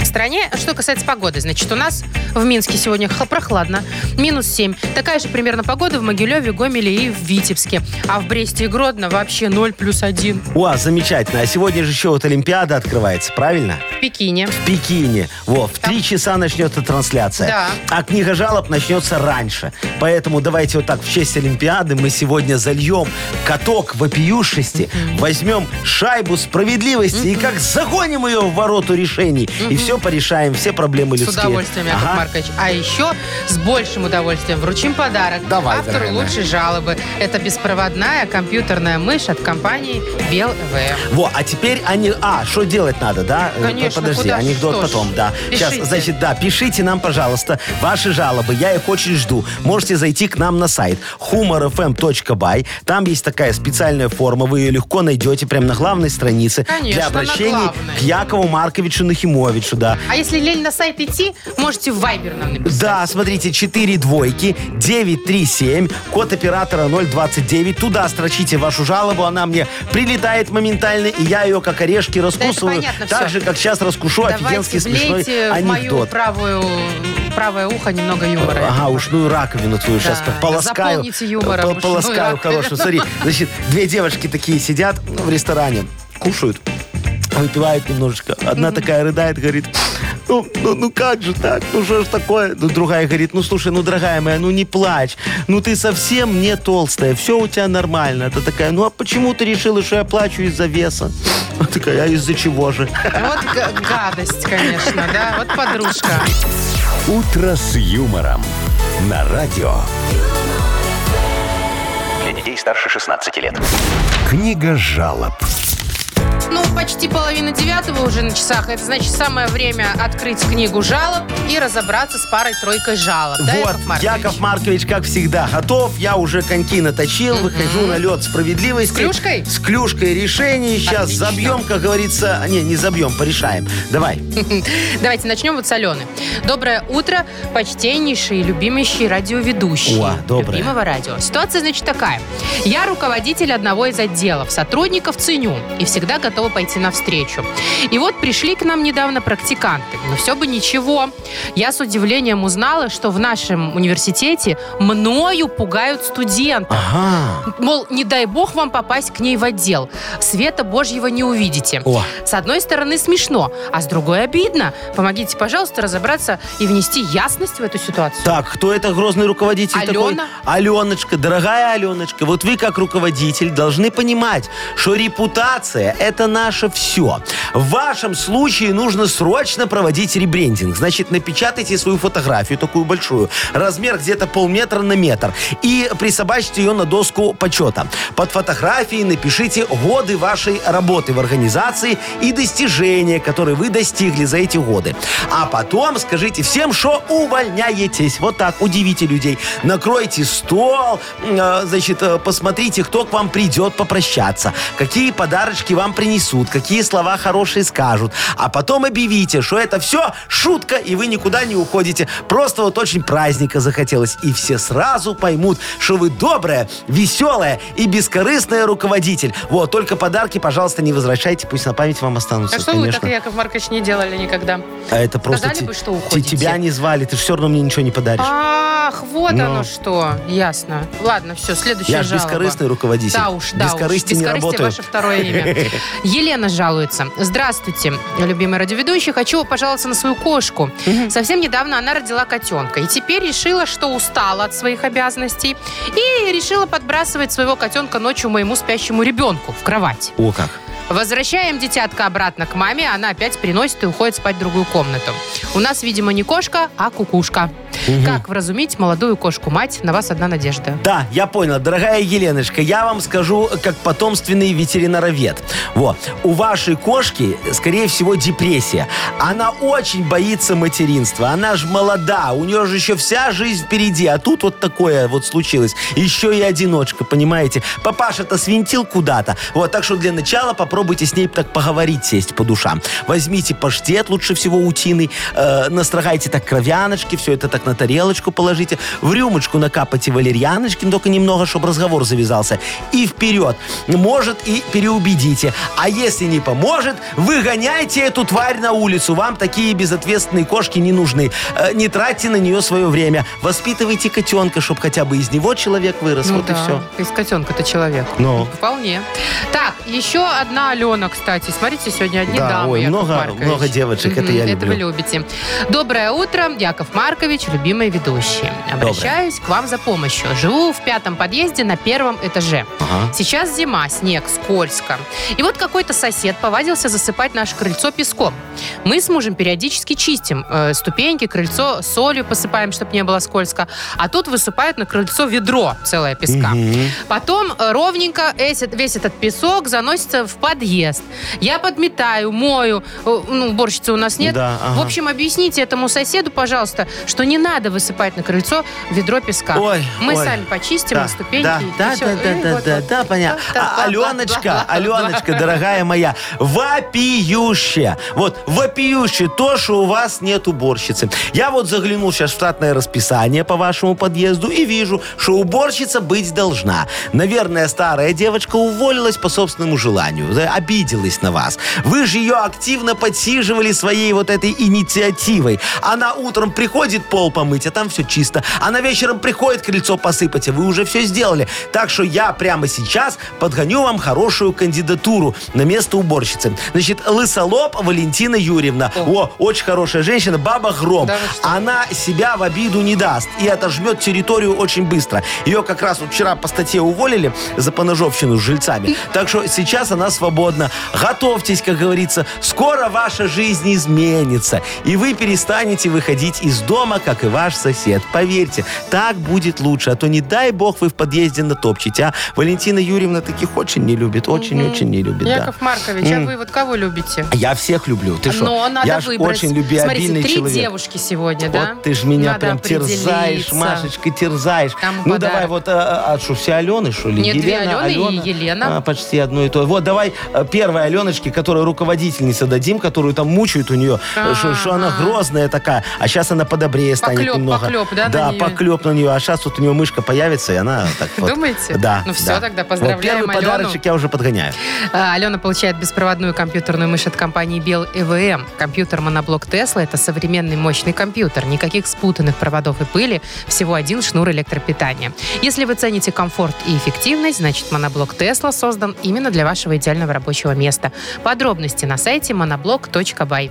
в стране. Что касается погоды, значит, у нас в Минске сегодня х- прохладно, минус 7. Такая же примерно погода в Могилеве, Гомеле и в Витебске. А в Бресте и Гродно вообще 0 плюс 1
О, замечательно. А сегодня же еще вот Олимпиада открывается, правильно?
в Пекине.
В Пекине. Во, в три часа начнется трансляция.
Да.
А книга жалоб начнется раньше. Поэтому давайте вот так в честь Олимпиады мы сегодня зальем каток вопиюшести, возьмем шайбу справедливости и как загоним ее в вороту решений. И все порешаем, все проблемы
С
людские.
удовольствием, Яков
Ага.
Маркович. А еще с большим удовольствием вручим подарок
Давай,
автору
дорогая моя.
лучшей жалобы. Это беспроводная компьютерная мышь от компании BLVM.
Во, а теперь они... А, что делать надо, да? Э,
Конечно,
Подожди,
куда ж,
анекдот
что ж.
потом, да.
Пишите.
Сейчас, значит, да, пишите нам, пожалуйста, ваши жалобы. Я их очень жду. Можете зайти к нам на сайт humorfm.by. Там есть такая специальная форма. Вы ее легко найдете прямо на главной странице.
Конечно,
для
на
обращений
главной.
к Якову Марковичу Нахимовичу, да.
А если лень на сайт идти, можете в Viber нам написать.
Да, смотрите, 4 двойки, 937, код оператора 029. Туда строчите вашу жалобу, она мне прилетает моментально, и я ее как орешки раскусываю.
понятно
так
всё.
же, как сейчас раскушу
Давайте
офигенский смешной
влейте в мою
анекдот.
правую, правое ухо немного юмора.
Ага, ушную раковину твою сейчас
Да,
полоскаю.
заполните юмором
Пол-
ушную
Полоскаю
раковину.
хорошую. Смотри, значит, две девочки такие сидят ну, в ресторане, кушают, выпивают немножечко. Одна такая рыдает, говорит, ну, ну, ну как же так? Ну что ж такое? Ну, другая говорит, ну слушай, ну дорогая моя, ну не плачь. Ну ты совсем не толстая, все у тебя нормально. Это такая, ну а почему ты решила, что я плачу из-за веса? Она такая, а из-за чего же?
Вот г- гадость, конечно, да. Вот подружка.
«Утро с юмором» на радио.
Для детей старше 16 лет.
Книга жалоб.
Ну, почти половина девятого уже на часах. Это значит самое время открыть книгу жалоб и разобраться с парой-тройкой жалоб. да,
вот,
Яков Маркович?
Маркович, как всегда, готов. Я уже коньки наточил, выхожу на лед справедливости.
С клюшкой?
С клюшкой решений. Сейчас
Отлично.
забьем, как говорится. а, Не, не забьем, порешаем. Давай.
Давайте начнем вот с Алены. Доброе утро, почтеннейшие и любимейшие радиоведущие.
О, доброе.
Любимого радио. Ситуация, значит, такая. Я руководитель одного из отделов. Сотрудников ценю и всегда готова пойти навстречу. И вот пришли к нам недавно практиканты. Но все бы ничего. Я с удивлением узнала, что в нашем университете мною пугают студентов.
Ага.
Мол, не дай бог вам попасть к ней в отдел. Света Божьего не увидите.
О,
С одной стороны смешно, а с другой обидно. Помогите, пожалуйста, разобраться и внести ясность в эту ситуацию.
так, кто это грозный руководитель такой?
Алена.
Аленочка, дорогая Аленочка, вот вы как руководитель должны понимать, что репутация – это наше все. В вашем случае нужно срочно проводить ребрендинг. Значит, напечатайте свою фотографию, такую большую, размер где-то полметра на метр, и присобачьте ее на доску почета. Под фотографией напишите годы вашей работы в организации и достижения, которые вы достигли за эти годы. А потом скажите всем, что увольняетесь. Вот так, удивите людей. Накройте стол, э, значит, э, посмотрите, кто к вам придет попрощаться, какие подарочки вам принесут, какие слова хорошие скажут. А потом объявите, что это все шутка, и вы никуда не уходите. Просто вот очень праздника захотелось. И все сразу поймут, что вы добрая, веселая и бескорыстная руководитель. Вот, только подарки, пожалуйста, не возвращайте, пусть на память вам останутся.
а что вы
конечно.
так, Яков Маркович, не делали никогда?
А это просто
Сказали
те-
бы, что
те-
уходите.
тебя не звали, ты все равно мне ничего не подаришь.
А, Ах, вот
Ну.
оно что. Ясно. Ладно, все, следующая
Я же
жалоба.
бескорыстный руководитель.
Да уж, да
Без
уж.
корысти не
Бескорыстие
работаю.
ваше второе имя.
[LAUGHS]
Елена жалуется. Здравствуйте, любимый радиоведущий. Хочу пожаловаться на свою кошку. Совсем недавно она родила котенка. И теперь решила, что устала от своих обязанностей. И решила подбрасывать своего котенка ночью моему спящему ребенку в кровать.
О, как.
Возвращаем детятка обратно к маме. Она опять приносит и уходит спать в другую комнату. У нас, видимо, не кошка, а кукушка. Как вразумить молодую кошку-мать? На вас одна надежда.
Да, я понял. Дорогая Еленочка, я вам скажу, как потомственный ветеринаровед. Вот. У вашей кошки, скорее всего, депрессия. Она очень боится материнства. Она же молода, у нее же еще вся жизнь впереди. А тут вот такое вот случилось. Еще и одиночка, понимаете? Папаша-то свинтил куда-то. Вот, так что для начала попробуйте с ней так поговорить, сесть по душам. Возьмите паштет, лучше всего утиный, э, настрогайте так кровяночки, все это так на тарелочку положите, в рюмочку накапайте валерьяночки, но только немного, чтобы разговор завязался. И вперед. Может, и переубедите. А если не поможет, выгоняйте эту тварь на улицу. Вам такие безответственные кошки не нужны. Э, Не тратьте на нее свое время. Воспитывайте котенка, чтобы хотя бы из него человек вырос.
Ну
вот и
да,
все.
из котенка-то человек.
Ну.
Вполне. Так, еще одна Алена, кстати. Смотрите, сегодня одни
Да,
дамы,
ой,
Яков
много-
Маркович.
много девочек, это
Мгм,
я
вы
люблю.
любите. Доброе утро, Яков Маркович, любимые ведущие. Обращаюсь к вам за помощью. Живу в пятом подъезде на первом этаже.
Ага.
Сейчас зима, снег, скользко. И вот какой-то сосед повадился засыпать наше крыльцо песком. Мы с мужем периодически чистим э, ступеньки, крыльцо солью посыпаем, чтобы не было скользко. А тут высыпают на крыльцо ведро целое песка.
Мгм.
Потом э, ровненько эс- весь этот песок заносится в подъезд. Я подметаю, мою. Э, Ну, уборщицы у нас нет.
Да, ага.
В общем, объясните этому соседу, пожалуйста, что не надо высыпать на крыльцо ведро песка.
Ой,
Мы
ой.
сами почистим
Да,
и ступеньки.
Да,
и
да,
всё.
да, да,
И
да,
вот,
да,
вот.
да, понятно. А Аленочка, Аленочка, дорогая моя, вопиюще. Вот, вопиюще то, что у вас нет уборщицы. Я вот заглянул сейчас в штатное расписание по вашему подъезду и вижу, что уборщица быть должна. Наверное, старая девочка уволилась по собственному желанию, да, обиделась на вас. Вы же ее активно подсиживали своей вот этой инициативой. Она утром приходит пол помыть, а там все чисто. Она вечером приходит крыльцо посыпать, а вы уже все сделали. Так что я прямо сейчас подгоню вам хорошую кандидатуру на место уборщицы. Значит, Лысолоб Валентина Юрьевна. О, очень хорошая женщина, баба Гром.
Да вы что?
Она себя в обиду не даст и отожмет территорию очень быстро. Ее как раз вот вчера по статье уволили за поножовщину с жильцами. Так что сейчас она свободна. Готовьтесь, как говорится. Скоро ваша жизнь изменится. И вы перестанете выходить из дома, как и ваш сосед. Поверьте, так будет лучше. А то не дай бог вы в подъезде натопчете. А Валентина Юрьевна таких очень не любит. Очень-очень не любит. да.
Яков Маркович, а вы вот кого любите?
Я всех люблю. Ты что?
Но надо
Я ж
выбрать.
очень любвеобильный
Смотрите, три
человек.
девушки сегодня, да?
Вот ты ж меня
Надо
прям терзаешь,
определиться.
Машечка, терзаешь.
Кому
ну
подарок?
давай вот, а, а, что, все Алены, что ли?
Нет, две Алены и
Алена.
Елена.
А, почти одно и то. Вот давай э, первой Аленочке, которая руководительница дадим, которую там мучают у нее, э, что что она
Ага.
грозная такая, а сейчас она подобрее станет
Поклёп,
немного.
поклёп, да, на
Да,
неё?
поклеп на нее. А сейчас вот у нее мышка появится, и она так вот.
Думаете?
Да.
Ну всё,
да.
тогда
Вот
поздравляем
Первый
Алену.
подарочек я уже подгоняю.
А, Алена получает беспроводную компьютерную мышь от компании Bell EVM. Компьютер моноблок Tesla – это современный мощный компьютер. Никаких спутанных проводов и пыли, всего один шнур электропитания. Если вы цените комфорт и эффективность, значит моноблок Tesla создан именно для вашего идеального рабочего места. Подробности на сайте monoblock.by.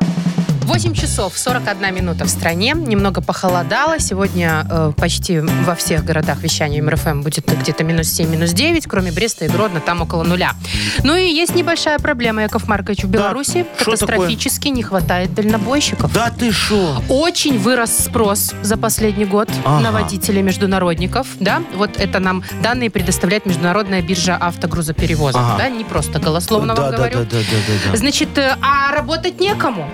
8 часов 41 минута в стране. Немного похолодало. Сегодня э, почти во всех городах вещания МРФМ будет где-то минус 7, минус 9, кроме Бреста и Гродно, там около нуля. Ну и есть небольшая проблема, Яков Маркович. В Беларуси
шо такое?
катастрофически не хватает дальнобойщиков.
Да ты шо?
Очень вырос спрос за последний год
Ага.
на водителей международников. Да? Вот это нам данные предоставляет Международная биржа автогрузоперевозок.
Ага.
Да? Не просто голословно
да,
вам
да,
говорю.
да, да, да, да, да.
Значит, э, а работать
[GASPS]
некому.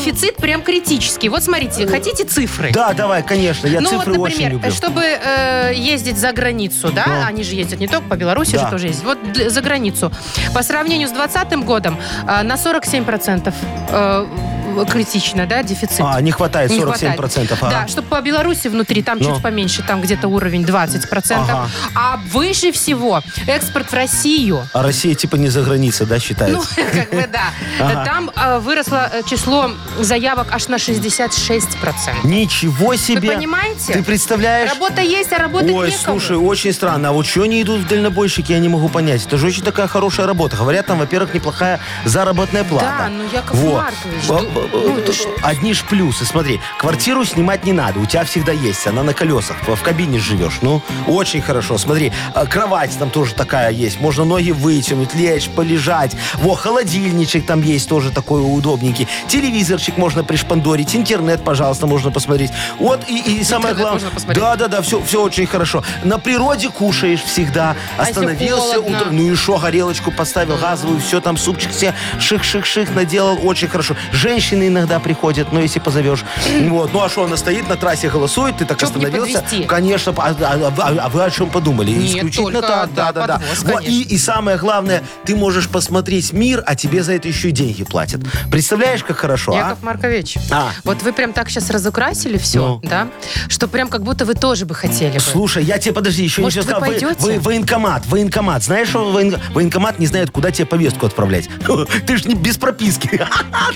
Дефицит прям критический. Вот смотрите, хотите цифры?
Э, Да, давай, конечно, я
ну
цифры
вот,
очень
например,
люблю.
чтобы э, ездить за границу, да,
Да.
они же ездят не только по Беларуси,
Да.
же тоже ездят, вот для- за границу. По сравнению с 2020 годом э, на 47% э, в- критично, да, дефицит.
А, не хватает 47%.
Не хватает.
ага.
Да, чтобы по Беларуси внутри, там
Ну.
чуть поменьше, там где-то уровень 20%.
Ага.
А выше всего экспорт в Россию.
А Россия типа не за границей, да,
Ну,
считается?
[LAUGHS] как бы да.
Ага.
Там э, выросло э, число заявок аж на 66%.
Ничего
Вы
себе!
понимаете?
Ты представляешь?
Работа есть, а работать
Ой,
некому.
слушай, очень странно. А вот что они идут в дальнобойщики, я не могу понять. Это же очень такая хорошая работа. Говорят, там, во-первых, неплохая заработная плата.
Да, ну, Яков Маркович,
Ба-
ну,
ба-
ну, это
э, Одни ж плюсы. Смотри, квартиру снимать не надо. У тебя всегда есть. Она на колесах. В в кабине живешь. Ну, очень хорошо. Смотри, а, кровать там тоже такая есть. Можно ноги вытянуть, лечь, полежать. Во, холодильничек там есть тоже такой удобненький. Телевизорчик можно пришпандорить. Интернет, пожалуйста, можно посмотреть. Вот и, и самое главное.
можно посмотреть.
Да, да, да, все, все очень хорошо. На природе кушаешь всегда.
А если
Остановился
холодно?
утром. Ну и шо, горелочку поставил, газовую, все там, супчик себе ших-ших-ших наделал. Очень хорошо. Женщины иногда приходят, ну, если
[CLEARS THROAT]
позовешь. Вот. Ну а что, она стоит на трассе, голосует, ты так
Чтоб не
остановился.
подвести.
Конечно, а, а- а- а вы о чем подумали?
Нет,
Исключительно
только,
так,
да,
да, да, да.
подвоз,
Во, и, и самое главное, ты можешь посмотреть мир, а тебе за это еще и деньги платят. Представляешь, как хорошо, а?
Яков Маркович,
А.
вот вы прям так сейчас разукрасили все,
Ну.
да, что прям как будто вы тоже бы хотели бы.
Слушай, я тебе подожди, еще
Может,
не все
вы
сказал.
пойдете?
военкомат, военкомат. Знаешь, что воен- военкомат не знает, куда тебе повестку отправлять. [LAUGHS] Ты ж не без прописки. [LAUGHS]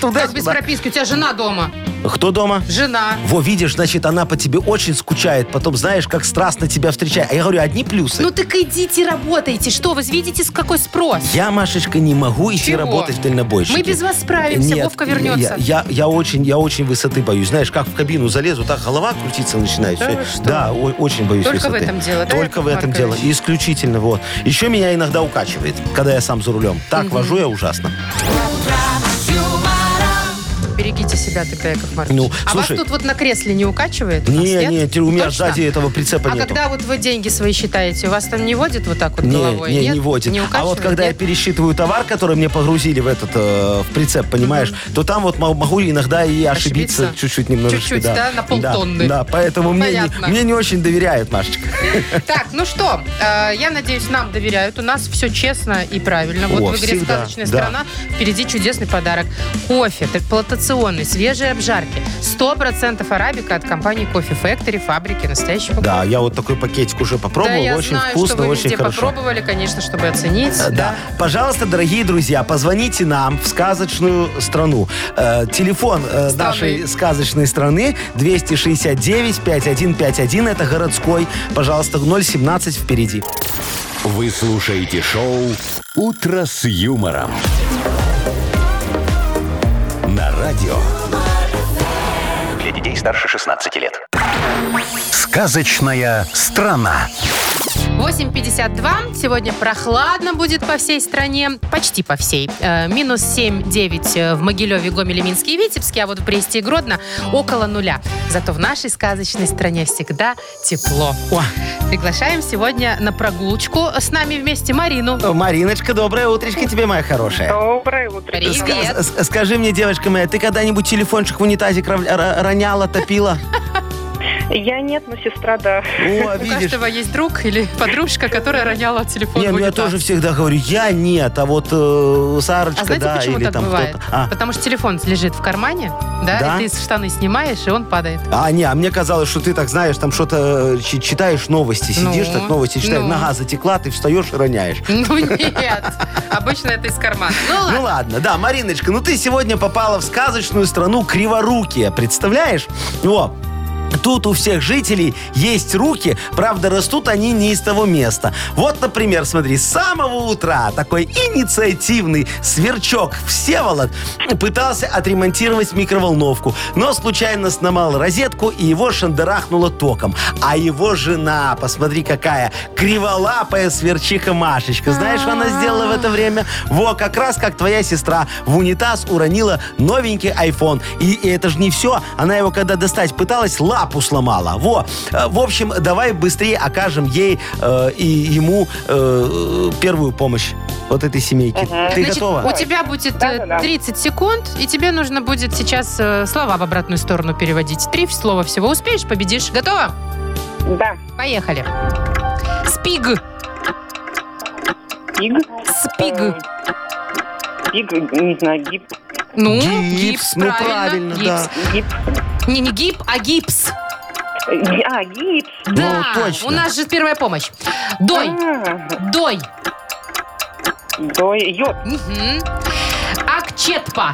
Туда
Как без прописки? У тебя жена дома.
Кто дома?
Жена.
Во, видишь, значит, она по тебе очень скучает. Потом знаешь, как страстно тебя встречает. А я говорю, одни плюсы.
Ну так идите работайте. Что, вы видите, с какой спрос?
Я, Машечка, не могу идти
Чего?
работать в дальнобойщике.
Мы без вас справимся,
Нет,
Вовка вернется.
Я, я, я очень, я очень высоты боюсь. Знаешь, как в кабину залезу, так голова крутиться начинает.
Да
Всё.
вы что?
Да, о- очень боюсь
Только в
высоты.
этом дело, да,
Только в
Яков
этом дело.
Маркович?
Исключительно, вот. Еще меня иногда укачивает, когда я сам за рулем. Так вожу я ужасно.
юмор.
Перекинем берегите себя тогда, Яков Маркович.
Ну,
а вас
слушай-
тут вот на кресле не укачивает? У нас
Не,
нет?
не, те- у меня
Точно?
сзади этого прицепа
А
нету.
когда вот вы деньги свои считаете, у вас там не водит вот так вот
Не,
головой?
не,
Нет?
не водит.
Не
а вот
укачивает?
когда я
Нет?
пересчитываю товар, который мне погрузили в этот э, в прицеп, понимаешь, то там вот мо- могу иногда и ошибиться,
Ошибиться?
чуть-чуть немножечко.
Чуть-чуть, да, на полтонны. Ну,
Да, да, поэтому мне не,
Понятно.
мне не очень доверяют, Машечка.
Так, ну что, э, я надеюсь, нам доверяют. У нас все честно и правильно. Вот
О,
в игре
всегда,
«Сказочная
да.
страна» впереди чудесный подарок. Кофе, плантационный, свежие обжарки. 100% арабика от компании Кофе Factory, фабрики настоящего кофе.
Да, я вот такой пакетик уже попробовал,
Да, я
очень
знаю,
вкусно,
что вы
очень
везде
хорошо.
попробовали, конечно, чтобы оценить.
Э, Да. Пожалуйста, дорогие друзья, позвоните нам в сказочную страну. Э, телефон э,
Страны.
нашей сказочной страны 269-5151. Это городской. Пожалуйста, 017 впереди.
Вы слушаете шоу «Утро с юмором». На радио
Для детей старше 16 лет.
«Сказочная страна».
8.52. Сегодня прохладно будет по всей стране. Почти по всей. Э, Минус 7-9 в Могилеве, Гомеле, Минске и Витебске, а вот в Бресте и Гродно около нуля. Зато в нашей сказочной стране всегда тепло.
О.
Приглашаем сегодня на прогулочку с нами вместе Марину.
Э, Мариночка, доброе утречко тебе, моя хорошая.
Доброе утро.
Привет.
С- с- Скажи мне, девочка моя, ты когда-нибудь телефончик в унитазе крав- р- роняла, топила?
Я нет, но сестра, да.
О,
У
видишь.
каждого есть друг или подружка, которая роняла телефон
Не,
в
ну я
унитаз.
тоже всегда говорю, я нет, а вот э, Сарочка,
А знаете,
да,
почему
или
так
там
бывает?
кто-то. А.
Потому что телефон лежит в кармане, да,
Да?
и ты штаны снимаешь, и он падает. [LAUGHS]
А, не, а мне казалось, что ты так знаешь, там что-то чи- читаешь новости,
Ну,
сидишь, так новости читаешь,
ну.
нога затекла, ты встаешь и роняешь.
Ну нет, обычно это из кармана. Ну
Ну
ладно.
ладно, да, Мариночка, ну ты сегодня попала в сказочную страну Криворукия, представляешь? О, Тут у всех жителей есть руки, правда, растут они не из того места. Вот, например, смотри, с самого утра такой инициативный сверчок Всеволод пытался отремонтировать микроволновку, но случайно сломал розетку и его шандарахнуло током. А его жена, посмотри какая, криволапая сверчиха Машечка. Знаешь, что она сделала в это время? Во, как раз как твоя сестра в унитаз уронила новенький iPhone. И, и это же не все. Она его, когда достать пыталась, лапу сломала. Во. Э, В общем, давай быстрее окажем ей э, и ему э, первую помощь. Вот этой семейки. Ты
Значит,
готова?
У тебя будет э,
Да-да-да.
30 секунд, и тебе нужно будет сейчас э, слова в обратную сторону переводить. Три слова всего успеешь, победишь. Готово?
Да.
Поехали. Спиг.
Пиг.
Спиг.
Пиг, Э, не знаю, гип.
Ну,
Гипс,
гипс,
ну,
правильно.
правильно,
гипс.
Гип.
Не, не гип, а гипс.
э, ги- А, гипс.
Да,
Ну, точно.
у нас же первая помощь. Дой.
А,
Дой.
Дой. Йод.
Мгм. Акчетпа.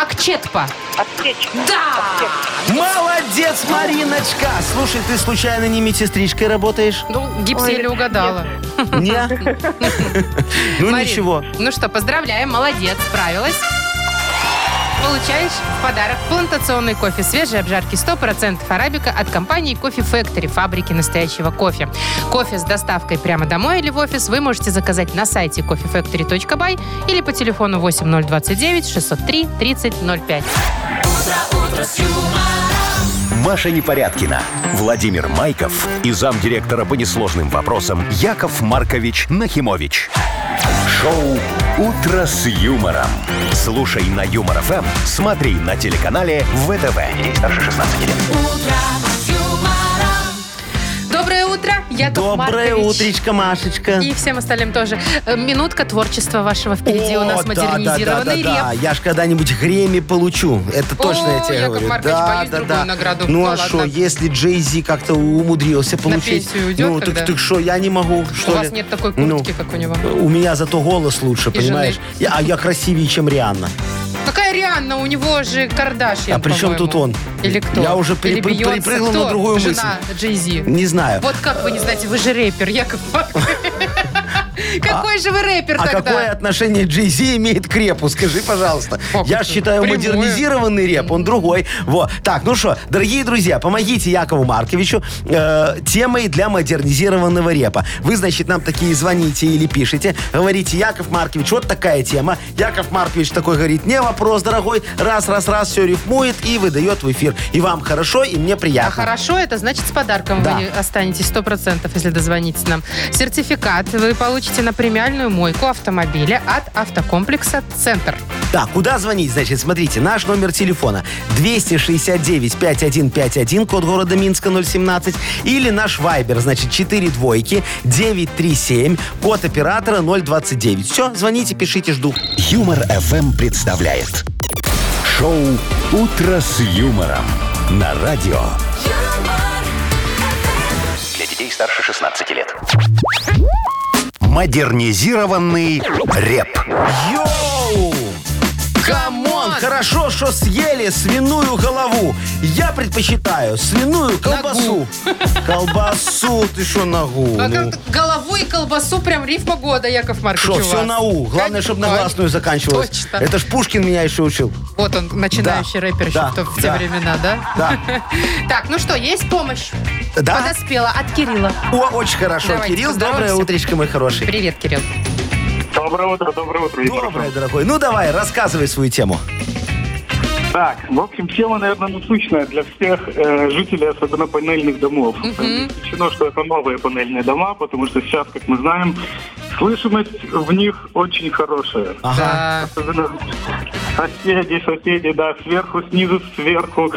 Акчетпа.
Аптечка.
Да!
Молодец, Мариночка! Слушай, ты случайно не
[LAUGHS]
медсестричкой работаешь?
Ну, гипс
Ой,
еле угадала.
Не? Ну
Марин,
ничего.
Ну что, поздравляем, молодец, справилась. Получаешь в подарок плантационный кофе свежей обжарки 100% арабика от компании Кофе Factory, фабрики настоящего кофе. Кофе с доставкой прямо домой или в офис вы можете заказать на сайте coffeefactory.by или по телефону 8029 603 3005.
Маша Непорядкина, Владимир Майков и замдиректора по несложным вопросам Яков Маркович Нахимович. Шоу «Утро с юмором». Слушай на Юмор ФМ, смотри на телеканале ВТВ. Ей старше 16 лет.
Доброе утро, я
Доброе утречко, Машечка.
И всем остальным тоже. Э, Минутка творчества вашего впереди. У нас
О, да, да,
модернизированный
да, да, да.
реп.
Я ж когда-нибудь Грэмми получу. Это точно я тебе
Яков
говорю.
Маркович, боюсь другую награду.
Ну,
Ну,
а что,
ладно.
если Джей Зи как-то умудрился получить?
пенсию уйдет
ну,
тогда?
так так что, я не могу, что
У вас
ли?
нет такой
Ну.
куртки, как у него.
У меня зато голос лучше,
жены.
понимаешь? Я- а я красивее, чем Рианна.
Какая Рианна? У него же Кардашьян,
А при чем
по-моему.
тут он?
Или кто?
Я уже
Или
пере- пере-
Бейонсе.
перепрыгнул
Кто?
на другую
Жена Джей-Зи.
Не знаю.
Вот как вы не знаете, вы же рэпер, Яков Маркович. Какой же вы рэпер
А какое
тогда?
отношение Джей Зи имеет к репу? Скажи, пожалуйста.
Как
Я
это?
считаю,
Прямое.
модернизированный реп, он другой. Вот. Так, ну что, дорогие друзья, помогите Якову Марковичу э, темой для модернизированного репа. Вы, значит, нам такие звоните или пишите, говорите, Яков Маркович, вот такая тема. Яков Маркович такой говорит, не вопрос, дорогой, раз, раз, раз, все рифмует и выдает в эфир. И вам хорошо, и мне
А
приятно.
хорошо, это значит с подарком
Да.
вы останетесь 100%, если дозвонитесь нам. Сертификат вы получите на премиальную мойку автомобиля от автокомплекса «Центр».
Да, куда звонить? Значит, смотрите, наш номер телефона 269-5151, код города Минска 017, или наш вайбер, значит, 4 двойки 937, код оператора 029. Все, звоните, пишите, жду.
Юмор FM представляет шоу Утро с юмором на радио.
Для детей старше 16 лет.
Модернизированный реп.
Йоу! Камон,
Камон!
хорошо, что съели свиную голову. Я предпочитаю свиную колбасу.
[LAUGHS]
Колбасу, ты что, ногу?
А
ну?
как Голову и колбасу прям рифма года, Яков Маркович.
Что,
у
все
вас.
на У. Главное, чтобы на
Конечно.
гласную заканчивалось.
Точно.
Это ж Пушкин меня еще учил.
Вот он, начинающий
Да,
рэпер еще
да,
в то- в те
да.
времена, да?
Да.
[LAUGHS] Так, ну что, есть помощь?
Да?
Подоспела от Кирилла.
О, очень хорошо.
Давайте,
Кирилл,
поздороваемся.
доброе утречко, мой хороший.
Привет, Кирилл.
Доброе утро, доброе утро. Виктор
Доброе, дорогой. Ну давай, рассказывай свою тему.
Павлович. Так, в общем, тема, наверное, насущная для всех э, жителей, особенно панельных домов. Не исключено, что это новые панельные дома, потому что сейчас, как мы знаем, слышимость в них очень хорошая.
А.
Ага.
Особенно соседи, соседи, да, сверху, снизу, сверху,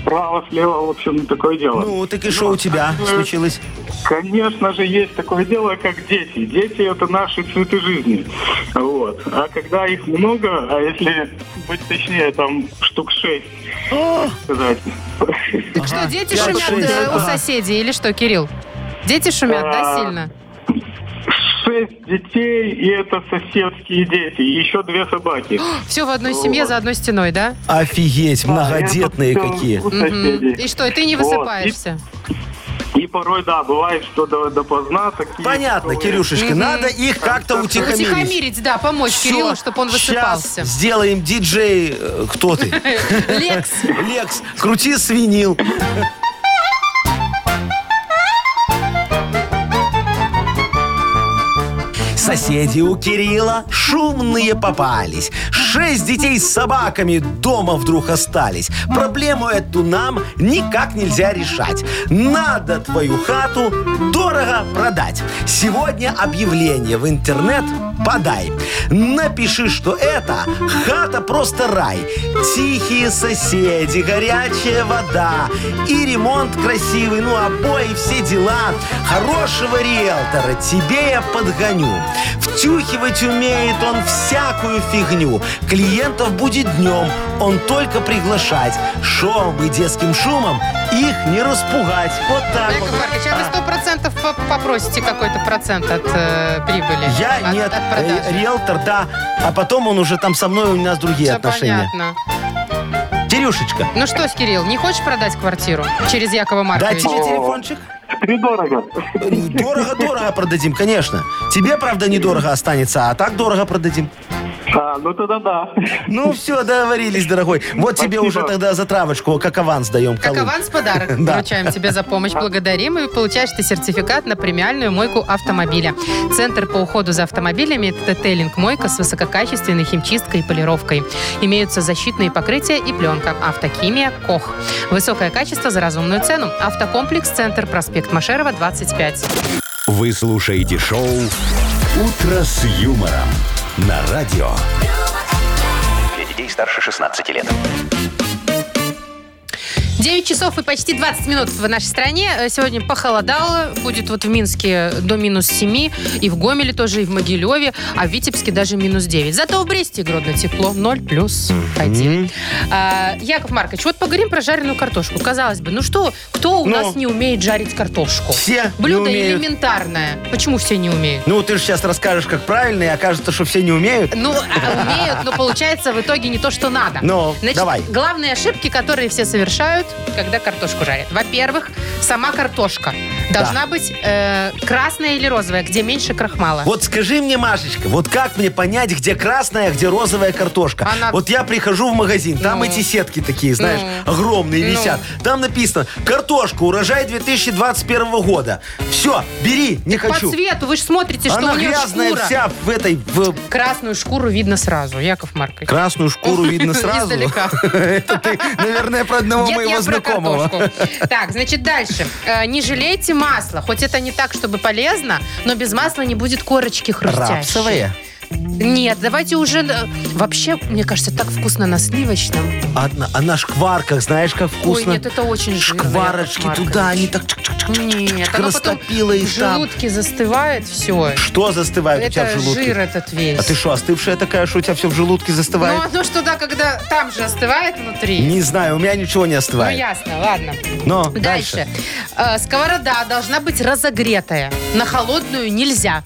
справа, слева, в общем, такое дело.
Ну, так и что у тебя
так, э,
случилось?
Конечно же, есть такое дело, как дети. Дети – это наши цветы жизни. Вот. А когда их много, а если быть точнее, там штук шесть, так сказать.
Так что, дети
Пять,
шумят
шесть,
э, у
ага.
соседей или что, Кирилл? Дети шумят, да,
А,
сильно?
Шесть детей, и это соседские дети. И еще две
[GASPS]
собаки. А
Все в одной семье за одной стеной, да?
Офигеть, многодетные
Это всё
какие.
у
Мгм.
соседей.
И что, и ты не
Вот.
высыпаешься?
И порой, да, бывает, что до- допоздна такие...
Понятно,
тяжелые.
Кирюшечка, надо их как-то утихомирить.
Ну, Утихомирить, да, помочь
Всё,
Кириллу, чтобы он высыпался.
щас сделаем диджей... э, Кто ты?
[LAUGHS] Лекс,
Лекс, крути свинил. Соседи у Кирилла шумные попались. Шесть детей с собаками дома вдруг остались. Проблему эту нам никак нельзя решать. Надо твою хату дорого продать. Сегодня объявление в интернет подай. Напиши, что это хата просто рай. Тихие соседи, горячая вода и ремонт красивый, ну обои, все дела. Хорошего риэлтора тебе я подгоню. Втюхивать умеет он всякую фигню. Клиентов будет днем, он только приглашать. Шом и детским шумом их не распугать. Вот так
Яков
вот.
Маркович, а вы сто процентов попросите какой-то процент от э, прибыли?
А, Я
от,
нет,
От продажи?
э, риэлтор, да. А потом он уже там со мной, у нас другие
Всё
отношения.
понятно.
Кирюшечка,
Ну что, ж, Кирилл, не хочешь продать квартиру через Якова
дай
Марковича?
тебе телефончик.
Придорого.
Дорого-дорого продадим, конечно. Тебе, правда, недорого останется, а так дорого продадим.
А, ну тогда да.
Ну все, договорились, дорогой. Вот тебе
Спасибо.
уже тогда за травочку, как аванс даем.
Как
Колумб.
аванс подарок
Да.
вручаем тебе за помощь. Благодарим и получаешь ты сертификат на премиальную мойку автомобиля. Центр по уходу за автомобилями – это мойка с высококачественной химчисткой и полировкой. Имеются защитные покрытия и пленка. Автохимия «Кох». Высокое качество за разумную цену. Автокомплекс «Центр», проспект Машерова, 25.
Вы слушаете шоу Утро с юмором на радио.
Для детей старше 16 лет.
9 часов и почти 20 минут в нашей стране. Э, Сегодня похолодало. Будет вот в Минске до минус 7. И в Гомеле тоже, и в Могилеве. А в Витебске даже минус 9. Зато в Бресте гродно тепло. 0 плюс 1. А, Яков Маркович, вот поговорим про жареную картошку. Казалось бы, ну что, кто у
Ну?
нас не умеет жарить картошку?
Все не
Блюдо
умеют.
элементарное. Почему все не умеют?
Ну, ты же сейчас расскажешь, как правильно, и окажется, что все не умеют.
Ну, а, умеют, но получается в итоге не то, что надо.
Ну,
Значит,
давай.
главные ошибки, которые все совершают, когда картошку жарят. Во-первых, сама картошка. должна быть э, красная или розовая, где меньше крахмала.
Вот скажи мне, Машечка, вот как мне понять, где красная, а где розовая картошка?
Она- Ну.
Вот я прихожу в магазин, там эти сетки такие, знаешь, огромные висят. Там написано, картошка, урожай 2021 года. Все, бери, не
По
хочу.
цвету, вы же смотрите, что
Она
у нее
грязная
шкура.
вся в этой... в
Красную шкуру видно сразу, Яков Маркович.
Красную
[LAUGHS]
шкуру видно сразу.
Издалека.
[LAUGHS] Это ты, наверное, про одного
Нет,
моего
я про
знакомого.
картошку. Так, значит, дальше. Э, Не жалейте масла. Хоть это не так, чтобы полезно, но без масла не будет корочки хрустящей.
Рапсовые?
Нет, давайте уже... э, Вообще, мне кажется, так вкусно на сливочном.
Одна, а на шкварках, знаешь, как вкусно?
Ой, нет, это очень жирно,
Шкварочки
Яков
туда,
Маркович.
они так чик
Нет, оно потом
растопило
в
их там.
желудке застывает все.
Что застывает у тебя в
Это
желудке?
жир этот весь.
А ты что, остывшая такая, что у тебя все в желудке
Ну,
застывает?
оно что, да, когда там же остывает внутри.
Не знаю, у меня ничего не
Ну,
остывает.
ясно, ладно.
Но
Дальше. Э, Сковорода должна быть разогретая. На холодную нельзя.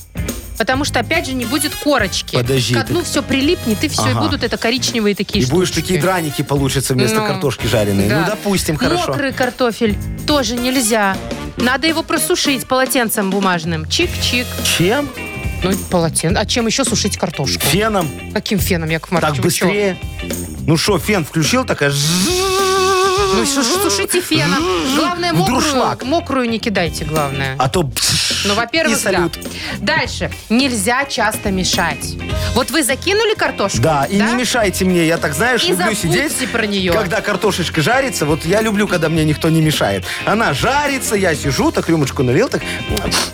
Потому что, опять же, не будет корочки.
Подожди,
К
ты-
дну все прилипнет, и все, и
Ага.
будут это коричневые такие
И будешь
штучки.
такие драники получатся вместо
Ну,
картошки жареной.
да.
Ну, допустим, хорошо.
Мокрый картофель тоже нельзя. Надо его просушить полотенцем бумажным. Чик-чик.
Чем?
Ну, полотенце. А чем еще сушить картошку?
Феном?
Каким феном, Яков Маркович?
Так
вы чё?
быстрее. Ну что, фен включил, такая... жжж.
Ну, шу- шу- сушите феном. Главное,
В
мокрую,
дуршлаг.
мокрую не кидайте, главное.
А то... пш,
Ну, во-первых,
и салют.
да. Дальше. Нельзя часто мешать. Вот вы закинули картошку?
Да, и не мешайте мне. Я так, знаешь,
И
люблю
забудьте
сидеть.
про нее.
Когда картошечка жарится, вот я люблю, когда мне никто не мешает. Она жарится, я сижу, так рюмочку налил, так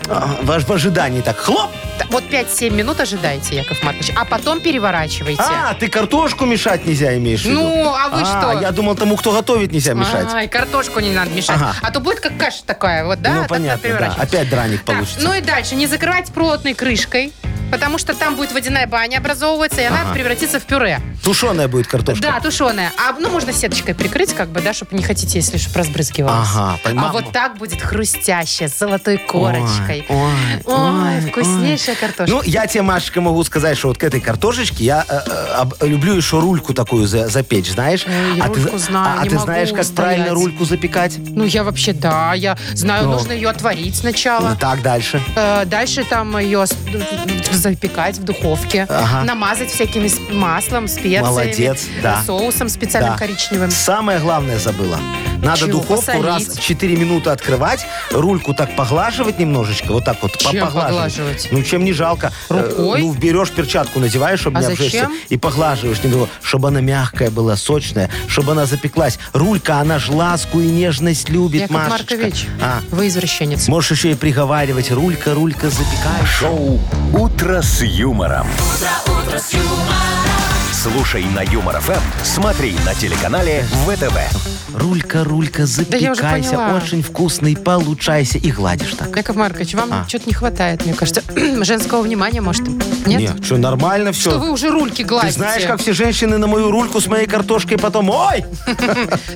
а, в, в ожидании так хлоп.
Т- Вот 5-7 минут ожидайте, Яков Маркович, а потом переворачивайте.
А, ты картошку мешать нельзя имеешь в виду?
Ну, а вы что? А,
я думал, тому, кто готовит, нельзя А, мешать.
Ай, картошку не надо мешать.
Ага.
А то будет как каша такая, вот, да?
Ну,
так надо
понятно, да.
переворачивать.
Опять драник
Так,
получится.
Ну и дальше. Не закрывать плотной крышкой, потому что там будет водяная баня образовываться, и она
Ага.
превратится в пюре.
Тушеная будет картошка.
Да, тушеная. А, ну, можно сеточкой прикрыть, как бы, да, чтобы не хотите, если что, разбрызгивалось.
Ага,
А
поймам.
вот так будет хрустяще, с золотой корочкой.
Ой, ой, ой,
вкуснейшая картошка.
Ну, я тебе, Машечка, могу сказать, что вот к этой картошечке я э, э, об- люблю еще рульку такую за- запечь, знаешь?
Ой, рульку
ты,
знаю,
а- а
не
ты
могу
знаешь, как
устоять.
правильно рульку запекать?
Ну, я вообще, да, я знаю,
Ну.
нужно ее отварить сначала.
Ну, так, дальше.
Э, Дальше там ее с- запекать в духовке,
Ага.
намазать всякими с- маслом, специями,
Молодец, да.
э, соусом специальным
Да.
коричневым.
Самое главное забыла. Надо
Чего?
духовку
Посолить?
раз 4 минуты открывать, рульку так поглаживать немножечко, вот так вот по-
Чем поглаживать?
поглаживать. Ну, чем не жалко. Э,
Рукой?
Ну, берешь перчатку, надеваешь, чтобы
А
не обжечься,
зачем?
и поглаживаешь немного, чтобы она мягкая была, сочная, чтобы она запеклась. Рулька, она ж ласку и нежность любит,
Яков
Машечка.
Маркович,
А,
вы извращенец.
можешь еще и приговаривать, рулька, рулька, запекай.
Шоу «Утро с юмором». Слушай на Юмор ФМ, смотри на телеканале ВТВ.
Рулька, рулька,
я уже
запекайся,
поняла.
очень вкусный, получайся, и гладишь так.
Яков Маркович, вам
А.
что-то не хватает, мне кажется. [CLEARS THROAT] Женского внимания, может, нет?
что, нормально все.
Что вы уже рульки гладите?
Ты знаешь, как все женщины на мою рульку с моей картошкой потом, ой,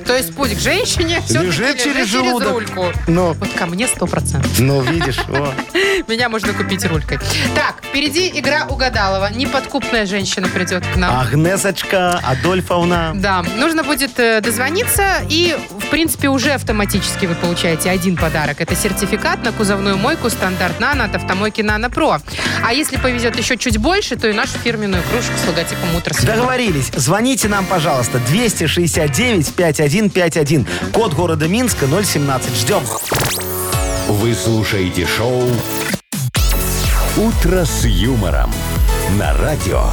То есть путь к женщине все-таки
лежит через желудок.
рульку.
Ну,
Вот ко мне сто процентов.
ну видишь, о.
Меня можно купить рулькой. Так, впереди игра угадалова. Неподкупная женщина придет к
А.
нам.
Агнесочка, Адольфовна.
Да, нужно будет э, дозвониться, и, в принципе, уже автоматически вы получаете один подарок. Это сертификат на кузовную мойку стандарт «Нано» от автомойки «Нано Про». А если повезет еще чуть больше, то и нашу фирменную кружку с логотипом «Утро». с юмором».
Договорились. Звоните нам, пожалуйста, 269-5151. Код города Минска 017. Ждем.
Вы слушаете шоу «Утро с юмором» на радио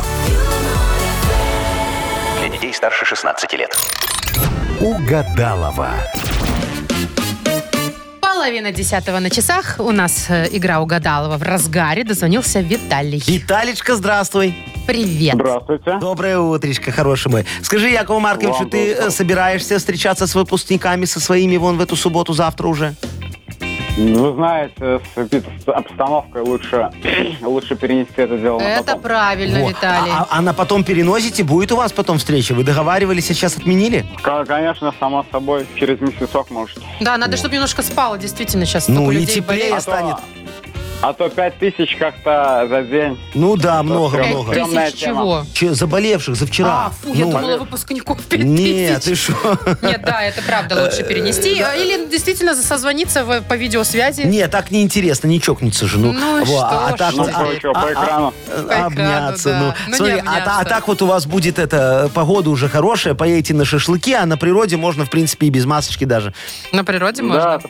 Для детей старше 16 лет.
«Угадалова».
Половина десятого на часах. У нас э, игра угадалова в разгаре. Дозвонился Виталий.
Виталичка, здравствуй.
Привет.
Здравствуйте.
Доброе утречко, хороший мой. Скажи, Якову Марковичу,
Вам
ты
доброго.
э, собираешься встречаться с выпускниками, со своими вон в эту субботу, завтра уже?
Вы знаете, с обстановкой лучше,
[CLEARS THROAT]
лучше перенести это дело
Это правильно,
Во.
Виталий.
А, а- а на потом переносите, будет у вас потом встреча? Вы договаривались, а сейчас отменили?
Конечно, само собой, через месяцок может.
Да, надо, чтобы немножко спало, действительно, сейчас.
Ну,
столько
и
людей болеет.
теплее
А то-
станет.
А то пять тысяч как-то за день.
Ну да, много,
Пять
Трёмная
много.
тысяч
тема.
чего?
Че, заболевших за вчера.
А, фу, я
Ну.
думала выпускников пять
Нет, ты
тысяч.
что?
Нет, да, это правда
Э,
лучше перенести. А, Или действительно созвониться в- по видеосвязи.
[LAUGHS] Нет, так неинтересно, не чокнется же. Ну,
Ну и
Во, а,
что
а так
ж
Ну,
ты?
а-
по, чё, по
а-
экрану.
а-
По
обняться,
экрану, да.
ну.
Ну, не
Смотри, а та- А,
обняться.
так вот у вас будет это погода уже хорошая, поедете на шашлыки, а на природе можно, в принципе, и без масочки даже.
На природе
Да,
можно.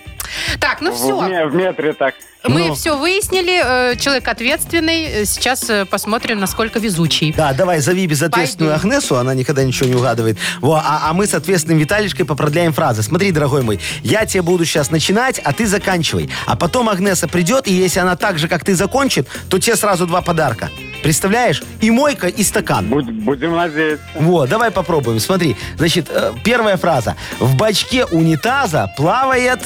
Так, ну
в-
все.
в ме- в метре так.
Мы
Ну.
все выяснили. э, Человек ответственный. Э, Сейчас э, посмотрим, насколько везучий.
Да, давай, зови безответственную
Пойду.
Агнесу, она никогда ничего не угадывает. Во, а, а мы с ответственным Виталишкой попродляем фразы. Смотри, дорогой мой, я тебе буду сейчас начинать, а ты заканчивай. А потом Агнеса придет, и если она так же, как ты, закончит, то тебе сразу два подарка. Представляешь? И мойка, и стакан.
Будь- будем надеяться.
Вот, давай попробуем. Смотри, значит, э, первая фраза. В бачке унитаза плавает...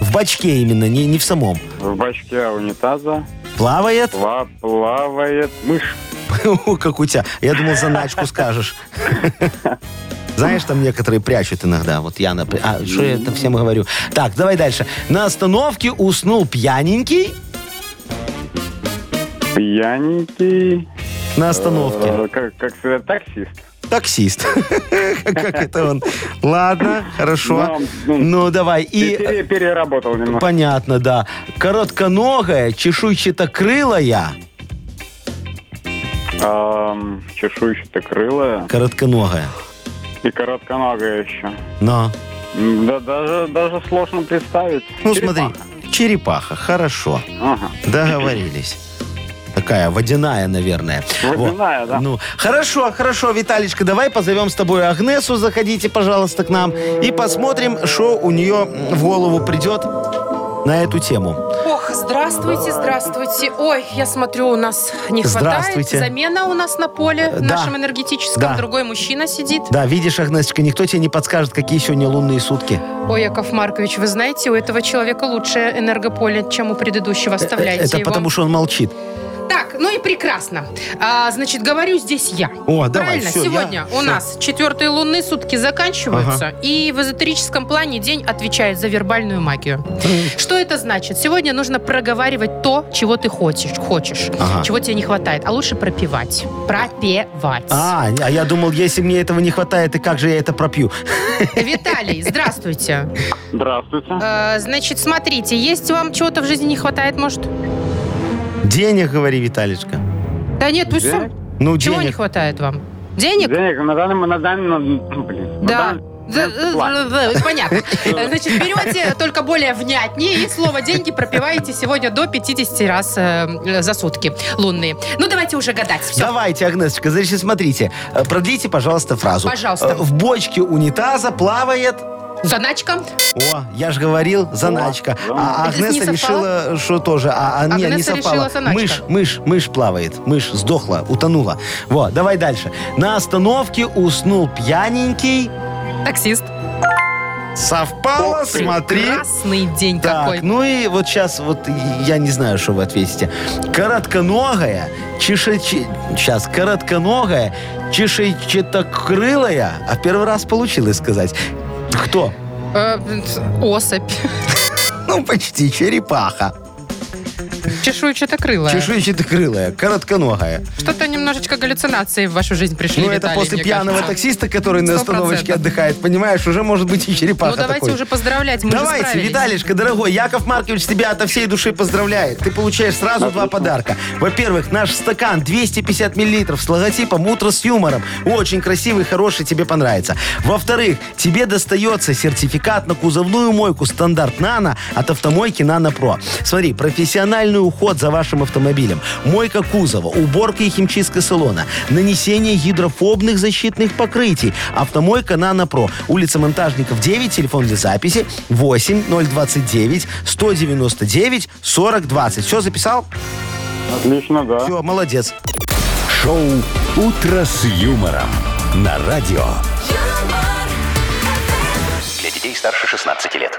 В бачке именно, не, не в самом.
В бачке унитаза
Плавает...
пла- плавает мышь.
[LAUGHS] О, как у тебя. Я думал, заначку скажешь. [LAUGHS] Знаешь, там некоторые прячут иногда. Вот я, например... А, что я это всем говорю? Так, давай дальше. На остановке уснул пьяненький.
Пьяненький.
На остановке.
Э, Как, как сказать, таксист.
Таксист. [LAUGHS] Как это он? Ладно, хорошо.
Ну, ну,
Ну, давай. И... э,
Пере- переработал немного.
Понятно, да. Коротконогая, чешуйчатокрылая.
Эм, Чешуйчатое крыло
Коротконогая.
и коротконогое еще.
Но.
М, Да даже, даже сложно представить.
Ну,
Черепаха.
смотри. Черепаха, хорошо.
Ага.
Договорились. Такая водяная, наверное.
Водяная, да.
Ну, хорошо, хорошо, Виталичка, давай позовем с тобой Агнесу, заходите, пожалуйста, к нам, и посмотрим, что у нее в голову придет на эту тему.
Ох, здравствуйте, здравствуйте. Ой, я смотрю, у нас не хватает.
Здравствуйте.
Замена у нас на поле
Э, да.
нашем энергетическом.
Да.
Другой мужчина сидит.
Да, видишь, Агнесочка, никто тебе не подскажет, какие сегодня лунные сутки. Э,
Ой, Яков Маркович, вы знаете, у этого человека лучшее энергополе, чем у предыдущего. Оставляйте
Э, Это
его.
потому, что он молчит.
Так, ну и прекрасно. А, значит, говорю здесь я.
О, давай,
Правильно,
всё, я-
сегодня у
всё.
нас четвертые лунные сутки заканчиваются, и в эзотерическом плане день отвечает за вербальную магию. Что это значит? Сегодня нужно проговаривать то, чего ты хочешь, хочешь
Ага.
чего тебе не хватает, а лучше пропивать. Пропевать.
А, а я думал, если мне этого не хватает, и как же я это пропью? [LAUGHS]
Виталий, здравствуйте.
Здравствуйте.
Э, значит, смотрите, есть вам чего-то в жизни не хватает, может?
Денег, говори, Виталичка.
Да нет, пусть
Денег?
сам.
Ну,
Чего не
денег.
хватает вам? Денег?
Денег на данный на данный- на- блин, на
Да.
данный-
Да, э, э, э,
[LAUGHS]
Понятно. Значит, берете только более внятнее и слово «деньги» пропиваете сегодня до 50 раз э, э, за сутки лунные. Ну, давайте уже гадать. Все.
Давайте, Агнесочка, значит, смотрите. Э, Продлите, пожалуйста, фразу.
Пожалуйста.
Э, В бочке унитаза плавает...
Заначка.
О, я же говорил, заначка. а
заначка.
Это не
Агнеса
совпало?
решила, что тоже. А, а, не, не
Агнеса
совпало.
решила заначка.
Мышь, мышь, мышь плавает. Мышь сдохла, утонула. Вот, давай дальше. На остановке уснул пьяненький.
Таксист.
Совпало, смотри.
Красный день
Так,
какой.
ну и вот сейчас вот я не знаю, что вы ответите. Коротконогая, чеше... Сейчас, коротконогая, чешечетокрылая. А первый раз получилось сказать. Кто?
Э, Особь. [LAUGHS]
Ну, почти черепаха.
Чешуйчато крыло.
Чешуйчатокрылая, коротконогая.
Что-то немножечко галлюцинации в вашу жизнь пришли.
ну, это
Виталий,
после
мне
пьяного
кажется.
таксиста, который на
100%.
остановочке отдыхает, понимаешь, уже может быть и черепаха
Ну, давайте
такой.
уже поздравлять. Мы же
Давайте,
справились.
Виталишка, дорогой, Яков Маркович тебя ото всей души поздравляет. Ты получаешь сразу два подарка. Во-первых, наш стакан 250 миллилитров с логотипом «Утро с юмором». Очень красивый, хороший, тебе понравится. Во-вторых, тебе достается сертификат на кузовную мойку «Стандарт Нано» от автомойки «Нано Про». Смотри, профессиональный уход за вашим автомобилем, мойка кузова, уборка и химчистка салона, нанесение гидрофобных защитных покрытий, автомойка «Нано Про», улица Монтажников, 9, телефон для записи 8 029 199 40 20. Все записал?
Отлично, да.
Все, молодец.
Шоу «Утро с юмором» на радио.
Для детей старше 16 лет.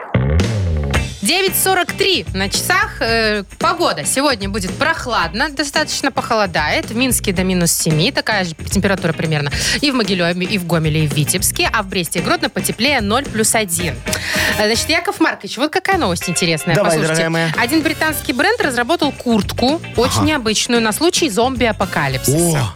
9.43 на часах. Э, погода сегодня будет прохладно, достаточно похолодает. В Минске до минус 7, такая же температура примерно. И в Могилеве, и в Гомеле, и в Витебске. А в Бресте и Гродно потеплее 0 плюс 1. Значит, Яков Маркович, вот какая новость интересная.
Давай,
Послушайте.
дорогая моя.
Один британский бренд разработал куртку, очень необычную, на случай зомби-апокалипсиса.
О.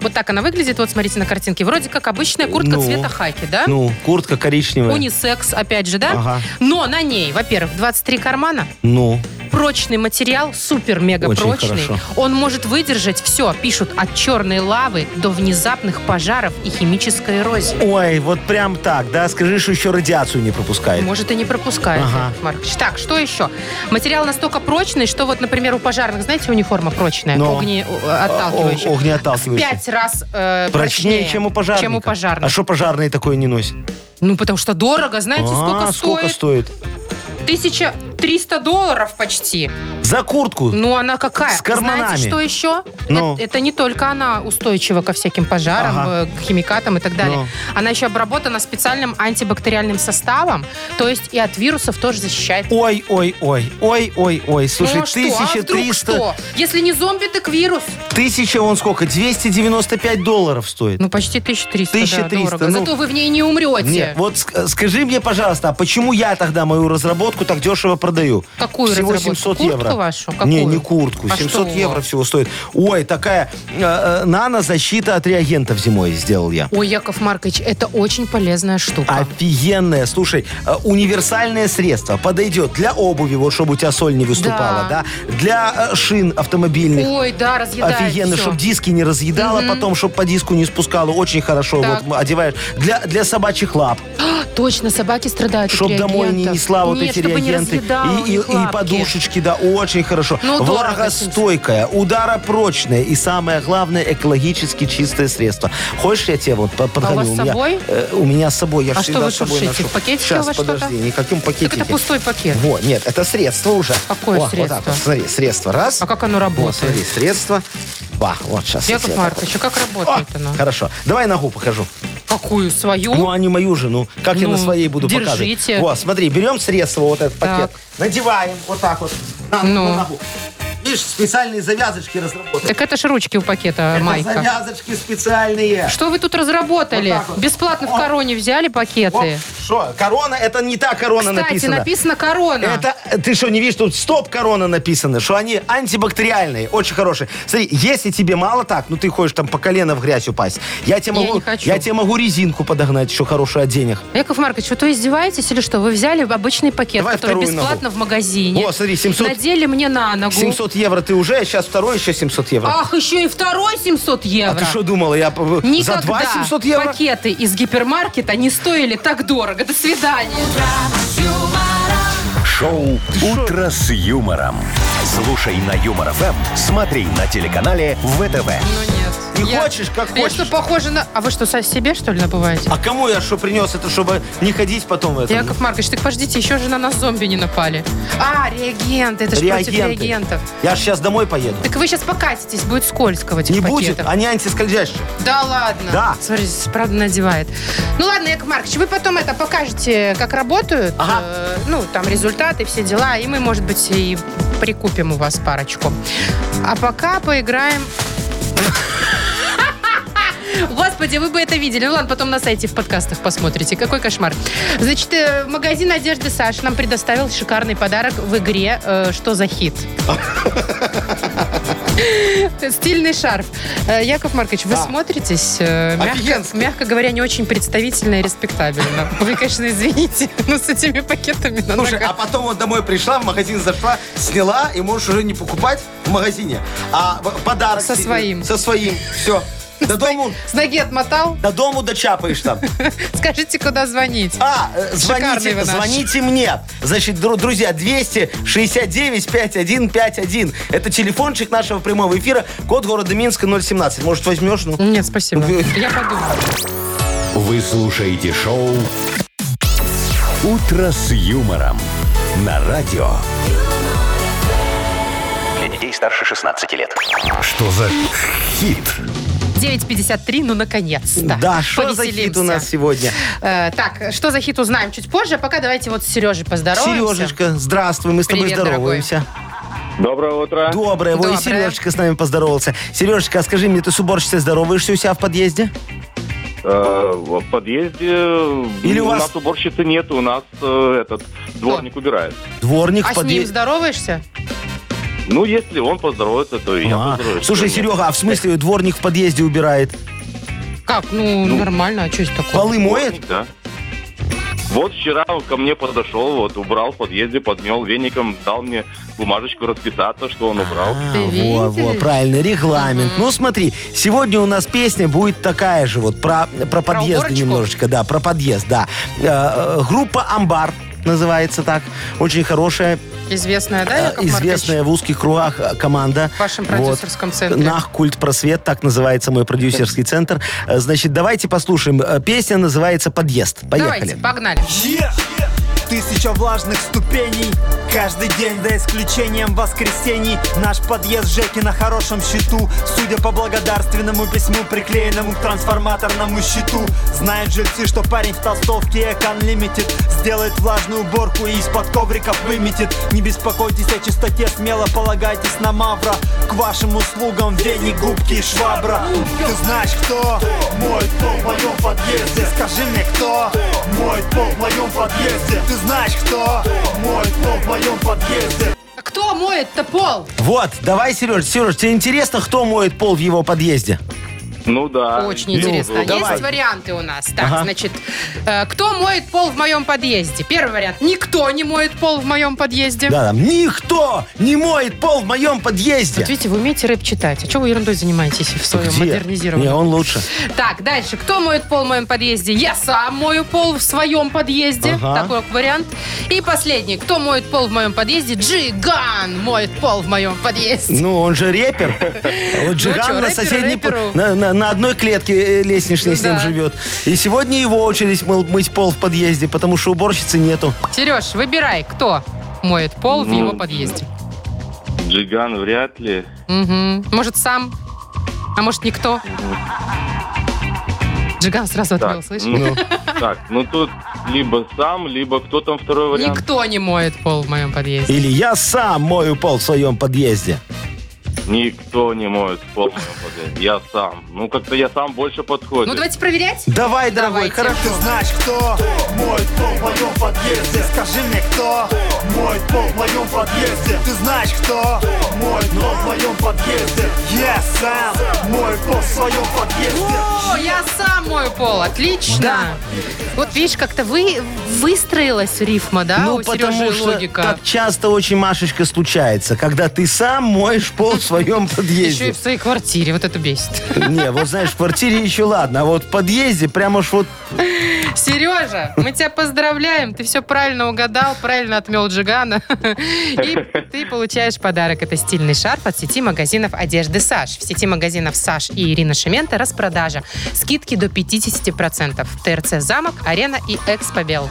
Вот так она выглядит. Вот смотрите на картинке. Вроде как обычная куртка
Ну.
цвета хаки, да?
Ну, куртка коричневая.
Унисекс, опять же, да?
Ага.
Но на ней, во-первых, 23 кармана,
Ну,
прочный материал, супер-мега
Очень
прочный.
хорошо.
Он может выдержать все, пишут, от черной лавы до внезапных пожаров и химической эрозии.
ой, вот прям так, да? Скажи, что еще радиацию не пропускает.
Может, и не пропускает,
Ага.
Яков Маркович. Так, что еще? Материал настолько прочный, что вот, например, у пожарных, знаете, униформа прочная,
Но.
огне
О-
отталкивающая.
Огнеотталкивающий.
Пять раз э,
Прочнее, чем у пожарника.
Чем у пожарных.
А что пожарные такое не носят?
Ну, потому что дорого, знаете,
а,
сколько,
сколько
стоит?
стоит?
1300 долларов почти.
За куртку.
Ну, она какая?
С карманами.
Знаете, что еще?
Ну.
Это, это не только она устойчива ко всяким пожарам,
Ага.
э, к химикатам и так далее.
Ну.
Она еще обработана специальным антибактериальным составом, то есть и от вирусов тоже защищает.
Ой, ой, ой, ой, ой, ой. Слушай,
Ну, а что? А вдруг
1300...
что? Если не зомби, так вирус.
Тысяча, он сколько? 295 долларов стоит.
Ну, почти 1300, да,
1300,
дорого.
ну.
Зато вы в ней не умрете.
Нет, вот ск- скажи мне, пожалуйста, а почему я тогда мою разработку так дешево продаю?
Какую
всего
разработку?
700
Куртку
евро.
вашу?
Не,
Какую?
не куртку.
А
700
что?
евро всего стоит. Ой, такая э, э, нанозащита от реагентов зимой сделал я.
Ой, Яков Маркович, это очень полезная штука.
Офигенное, слушай, э, универсальное средство подойдет для обуви, вот чтобы у тебя соль не выступала, да,
Да.
для э, шин автомобильных.
Ой, да, разъедает
Офигенно,
всё.
чтобы диски не разъедала, потом, чтобы по диску не спускала. Очень хорошо
Так.
вот одеваешь. Для, для собачьих лап,
Точно, собаки страдают от
чтобы домой не
реагентов.
несла вот
Нет,
эти
чтобы не
реагенты.
разъедала у
и, и,
них
и
лапки.
подушечки, да, очень хорошо.
Ну, дорого,
Влагостойкая, ударопрочная и самое главное, экологически чистое средство. Хочешь, я тебе вот по- подгоню?
А вас с
меня,
собой?
э, у меня с собой, я
А
ж
что
всегда
вы
с собой
шуршите?
ношу.
В пакетике
Сейчас,
у вас
подожди,
что-то?
никаким
Так
пакетике.
это пустой пакет.
Во, нет, это средство уже.
Какое
Во, Вот
средство?
так вот, смотри, средство раз.
А как оно
Вот,
работает?
смотри, средство. Ба, вот сейчас. я
Яков
тебе так
Маркович, а как
вот.
работает
О,
оно?
Хорошо. Давай ногу покажу.
Какую? Свою?
Ну, а не мою жену. Как я
Ну,
на своей буду
держите.
показывать? Вот, смотри, берем средство, вот этот пакет.
Так.
Надеваем вот так вот. На,
Ну.
на ногу. Видишь, специальные завязочки разработаны.
Так это ж ручки у пакета,
Это
Майка.
завязочки специальные.
Что вы тут разработали?
Вот так вот.
Бесплатно в
О.
короне взяли пакеты.
Что? Корона? Это не та корона
Кстати, написано,
написана.
корона.
Это ты что, не видишь, тут стоп корона написано, что они антибактериальные, очень хорошие. Смотри, если тебе мало так, ну ты хочешь там по колено в грязь упасть, я тебе
Я
могу,
не хочу.
тебе могу резинку подогнать, еще хорошую от денег.
Яков Маркович, вы то издеваетесь или что? Вы взяли обычный пакет,
Давай
который
вторую
бесплатно в магазине.
О, смотри, 700.
Надели мне на ногу.
700 евро ты уже, а сейчас второй еще 700 евро.
Ах, еще и второй 700 евро.
А ты что думала, я э,
Никогда
за 2 700 евро?
пакеты из гипермаркета не стоили так дорого. До свидания.
Шоу «Утро с юмором». Слушай на Юмор ФМ, смотри на телеканале ВТВ.
Ну нет.
Не хочешь, как
Я
хочешь.
что, похоже на... А вы что, со себе, что ли, набываете?
А кому я что принес? Это чтобы не ходить потом в этом.
Яков Маркович, так подождите, еще же на нас зомби не напали. А, реагенты, это же против
Реагенты.
реагентов.
Я же сейчас домой поеду.
Так вы сейчас покатитесь, будет скользко в этих
Не будет,
пакетах.
они антискользящие.
Да ладно.
Да.
Смотрите, правда надевает. Ну ладно, Яков Маркович, вы потом это покажете, как работают.
Ага.
э, ну, там результаты, все дела. И мы, может быть, и прикупим у вас парочку. А пока поиграем... Господи, вы бы это видели. Ну ладно, потом на сайте в подкастах посмотрите. Какой кошмар. Значит, э, магазин одежды Саш нам предоставил шикарный подарок в игре э, «Что за
[LAUGHS]
хит?». Стильный шарф. Э, Яков Маркович, вы
Да.
смотритесь, э, мягко,
Офигенски.
мягко говоря, не очень представительно и респектабельно. Вы, конечно, извините, [LAUGHS] но с этими пакетами на
Слушай,
ногах.
а потом вот домой пришла, в магазин зашла, сняла, и можешь уже не покупать в магазине, а в- подарок...
Со
себе-
своим.
Со своим,
[LAUGHS]
все. До дому,
С ноги отмотал? [LAUGHS]
до дому дочапаешь там.
Скажите, куда звонить.
А, э,
Шикарный
звоните,
вы наш.
звоните мне. Значит, дру- друзья, 269-5151. Это телефончик нашего прямого эфира. Код города Минска 017. Может, возьмешь? Ну,
Нет,
[LAUGHS]
спасибо.
Вы-
Я подумаю.
Вы слушаете шоу «Утро с юмором» на радио.
Для детей старше 16 лет.
Что за хит?
9.53, ну, наконец-то.
Да, что за
Повеселимся.
хит у нас сегодня?
Э, так, что за хит узнаем чуть позже. а Пока давайте вот с Сережей поздороваемся.
Сережечка, здравствуй, мы с тобой
Привет,
здороваемся.
Доброе утро.
Доброе, во, и
Доброе.
Сережечка с нами поздоровался. Сережечка, а скажи мне, ты с уборщицей здороваешься у себя в подъезде?
Э, В подъезде
Или у
у
вас-
нас уборщицы нет, у нас э, этот дворник убирает.
Дворник
А
в
с ним
подъезде.
здороваешься?
Ну, если он поздоровается, то и я
А,
поздороваюсь.
Слушай, Серега, а в смысле дворник в подъезде убирает?
Как? Ну, нормально, а что это такое?
Полы моет?
Дворник, Да. Вот вчера он ко мне подошел, вот убрал в подъезде, подмел веником, дал мне бумажечку расписаться, что он убрал.
А,
Ты
во, во,
видишь?
правильно, регламент. Ну смотри, сегодня у нас песня будет такая же, вот про, про подъезды
уборочку?
немножечко, да, про подъезд, да. Э, э, группа «Амбар» называется так. Очень хорошая,
Известная, да,
э,
Яков Маркович?
известная в узких кругах э, команда.
В вашем
Вот.
продюсерском центре.
Нах Культ Просвет, так называется мой продюсерский центр. Э, Значит, давайте послушаем. Э, Песня называется «Подъезд». Поехали.
Давайте, погнали.
Е! Тысяча влажных ступеней Каждый день, за исключением воскресений Наш подъезд Жеки на хорошем счету Судя по благодарственному письму, приклеенному к трансформаторному щиту Знают жильцы, что парень в толстовке Экон Лимитед Сделает влажную уборку и из-под ковриков выметит Не беспокойтесь о чистоте, смело полагайтесь на Мавра К вашим услугам веник, губки и швабра Ты знаешь, кто? Мой пол в моем подъезде Скажи мне, кто? Мой пол в моем подъезде Ты знаешь, кто? Мой пол в моем подъезде
А Кто моет-то пол?
Вот, давай, Сереж. Сереж, тебе интересно, кто моет пол в его подъезде?
Ну
А,
да.
Очень
Ну,
интересно.
да.
Есть варианты у нас. Так, значит, э, кто моет пол в моем подъезде? Первый вариант. Никто не моет пол в моем подъезде.
Да, там, никто не моет пол в моем подъезде.
Вот видите, вы умеете рэп читать. А что вы ерундой занимаетесь в своем
Где? Не,
модернизированном?
он лучше.
Так, дальше. Кто моет пол в моем подъезде? Я сам мою пол в своем подъезде.
Ага.
Такой вот вариант. И последний. Кто моет пол в моем подъезде? Джиган моет пол в моем подъезде.
Ну, он же
[LAUGHS]
рэпер. А Вот Джиган
Ну чё,
на
рэперу,
соседней... по-
рэперу. Ну
На, на- на одной клетке э, лестничной с ним
Да.
живет. И сегодня его очередь мыл- мыть пол в подъезде, потому что уборщицы нету.
Сереж, выбирай, кто моет пол в
Ну,
его подъезде.
Джиган вряд ли.
Мгм. Может, сам? А может, никто? Джиган сразу отвел,
Так,
слышишь? [LAUGHS]
ну, так, ну тут либо сам, либо кто там второй вариант.
Никто не моет пол в моем подъезде.
Или я сам мою пол в своем подъезде.
Никто не моет пол в моем подъезде. Я сам. Ну, как-то я сам больше подходит.
Ну, давайте проверять.
Давай, дорогой,
Давайте.
хорошо.
Ты знаешь, кто? Мой пол в моем подъезде Скажи мне, кто? Мой пол в моем подъезде Ты знаешь, кто? Мой пол в моем подъезде Я сам мой пол в своем подъезде
О, я сам мою пол, отлично. Вот видишь, как-то вы выстроилась рифма, да?
ну,
у
потому
Сережи
что
логика.
так часто очень, Машечка, случается, когда ты сам моешь пол в
Еще
своем
и
подъезде.
в своей квартире, вот это бесит. [LAUGHS]
Не, вот знаешь, в квартире еще ладно, а вот в подъезде прямо уж вот
Сережа, мы тебя поздравляем, ты все правильно угадал, правильно отмел Джигана. [LAUGHS] И ты получаешь подарок. Это стильный шарф от сети магазинов одежды «Саш». В сети магазинов «Саш» и «Ирина Шимента» распродажа. Скидки до 50%. ТРЦ «Замок», «Арена» и «Экспобел».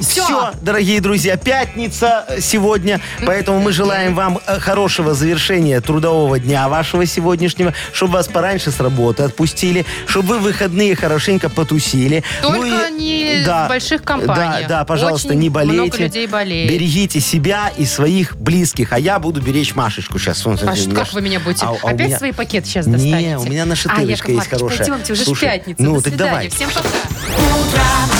Все.
Всё.
дорогие друзья, пятница э, сегодня, поэтому мы желаем вам э, хорошего завершения трудового дня вашего сегодняшнего, чтобы вас пораньше с работы отпустили, чтобы вы в выходные хорошенько потусили. Ну
Только
и-
не в больших компаниях.
Да, да, пожалуйста,
Очень
не болейте.
много людей болеет.
Берегите себя и своих близких, а я буду беречь Машечку сейчас.
А ш- как вы меня будете? Опять свои пакеты сейчас достанете?
Не, у меня нашатырочка
а, Яков
есть
Маркович,
хорошая.
Пойдемте, уже ж
Слушай,
пятница.
ну,
До
так
свидания.
давай.
Всем пока.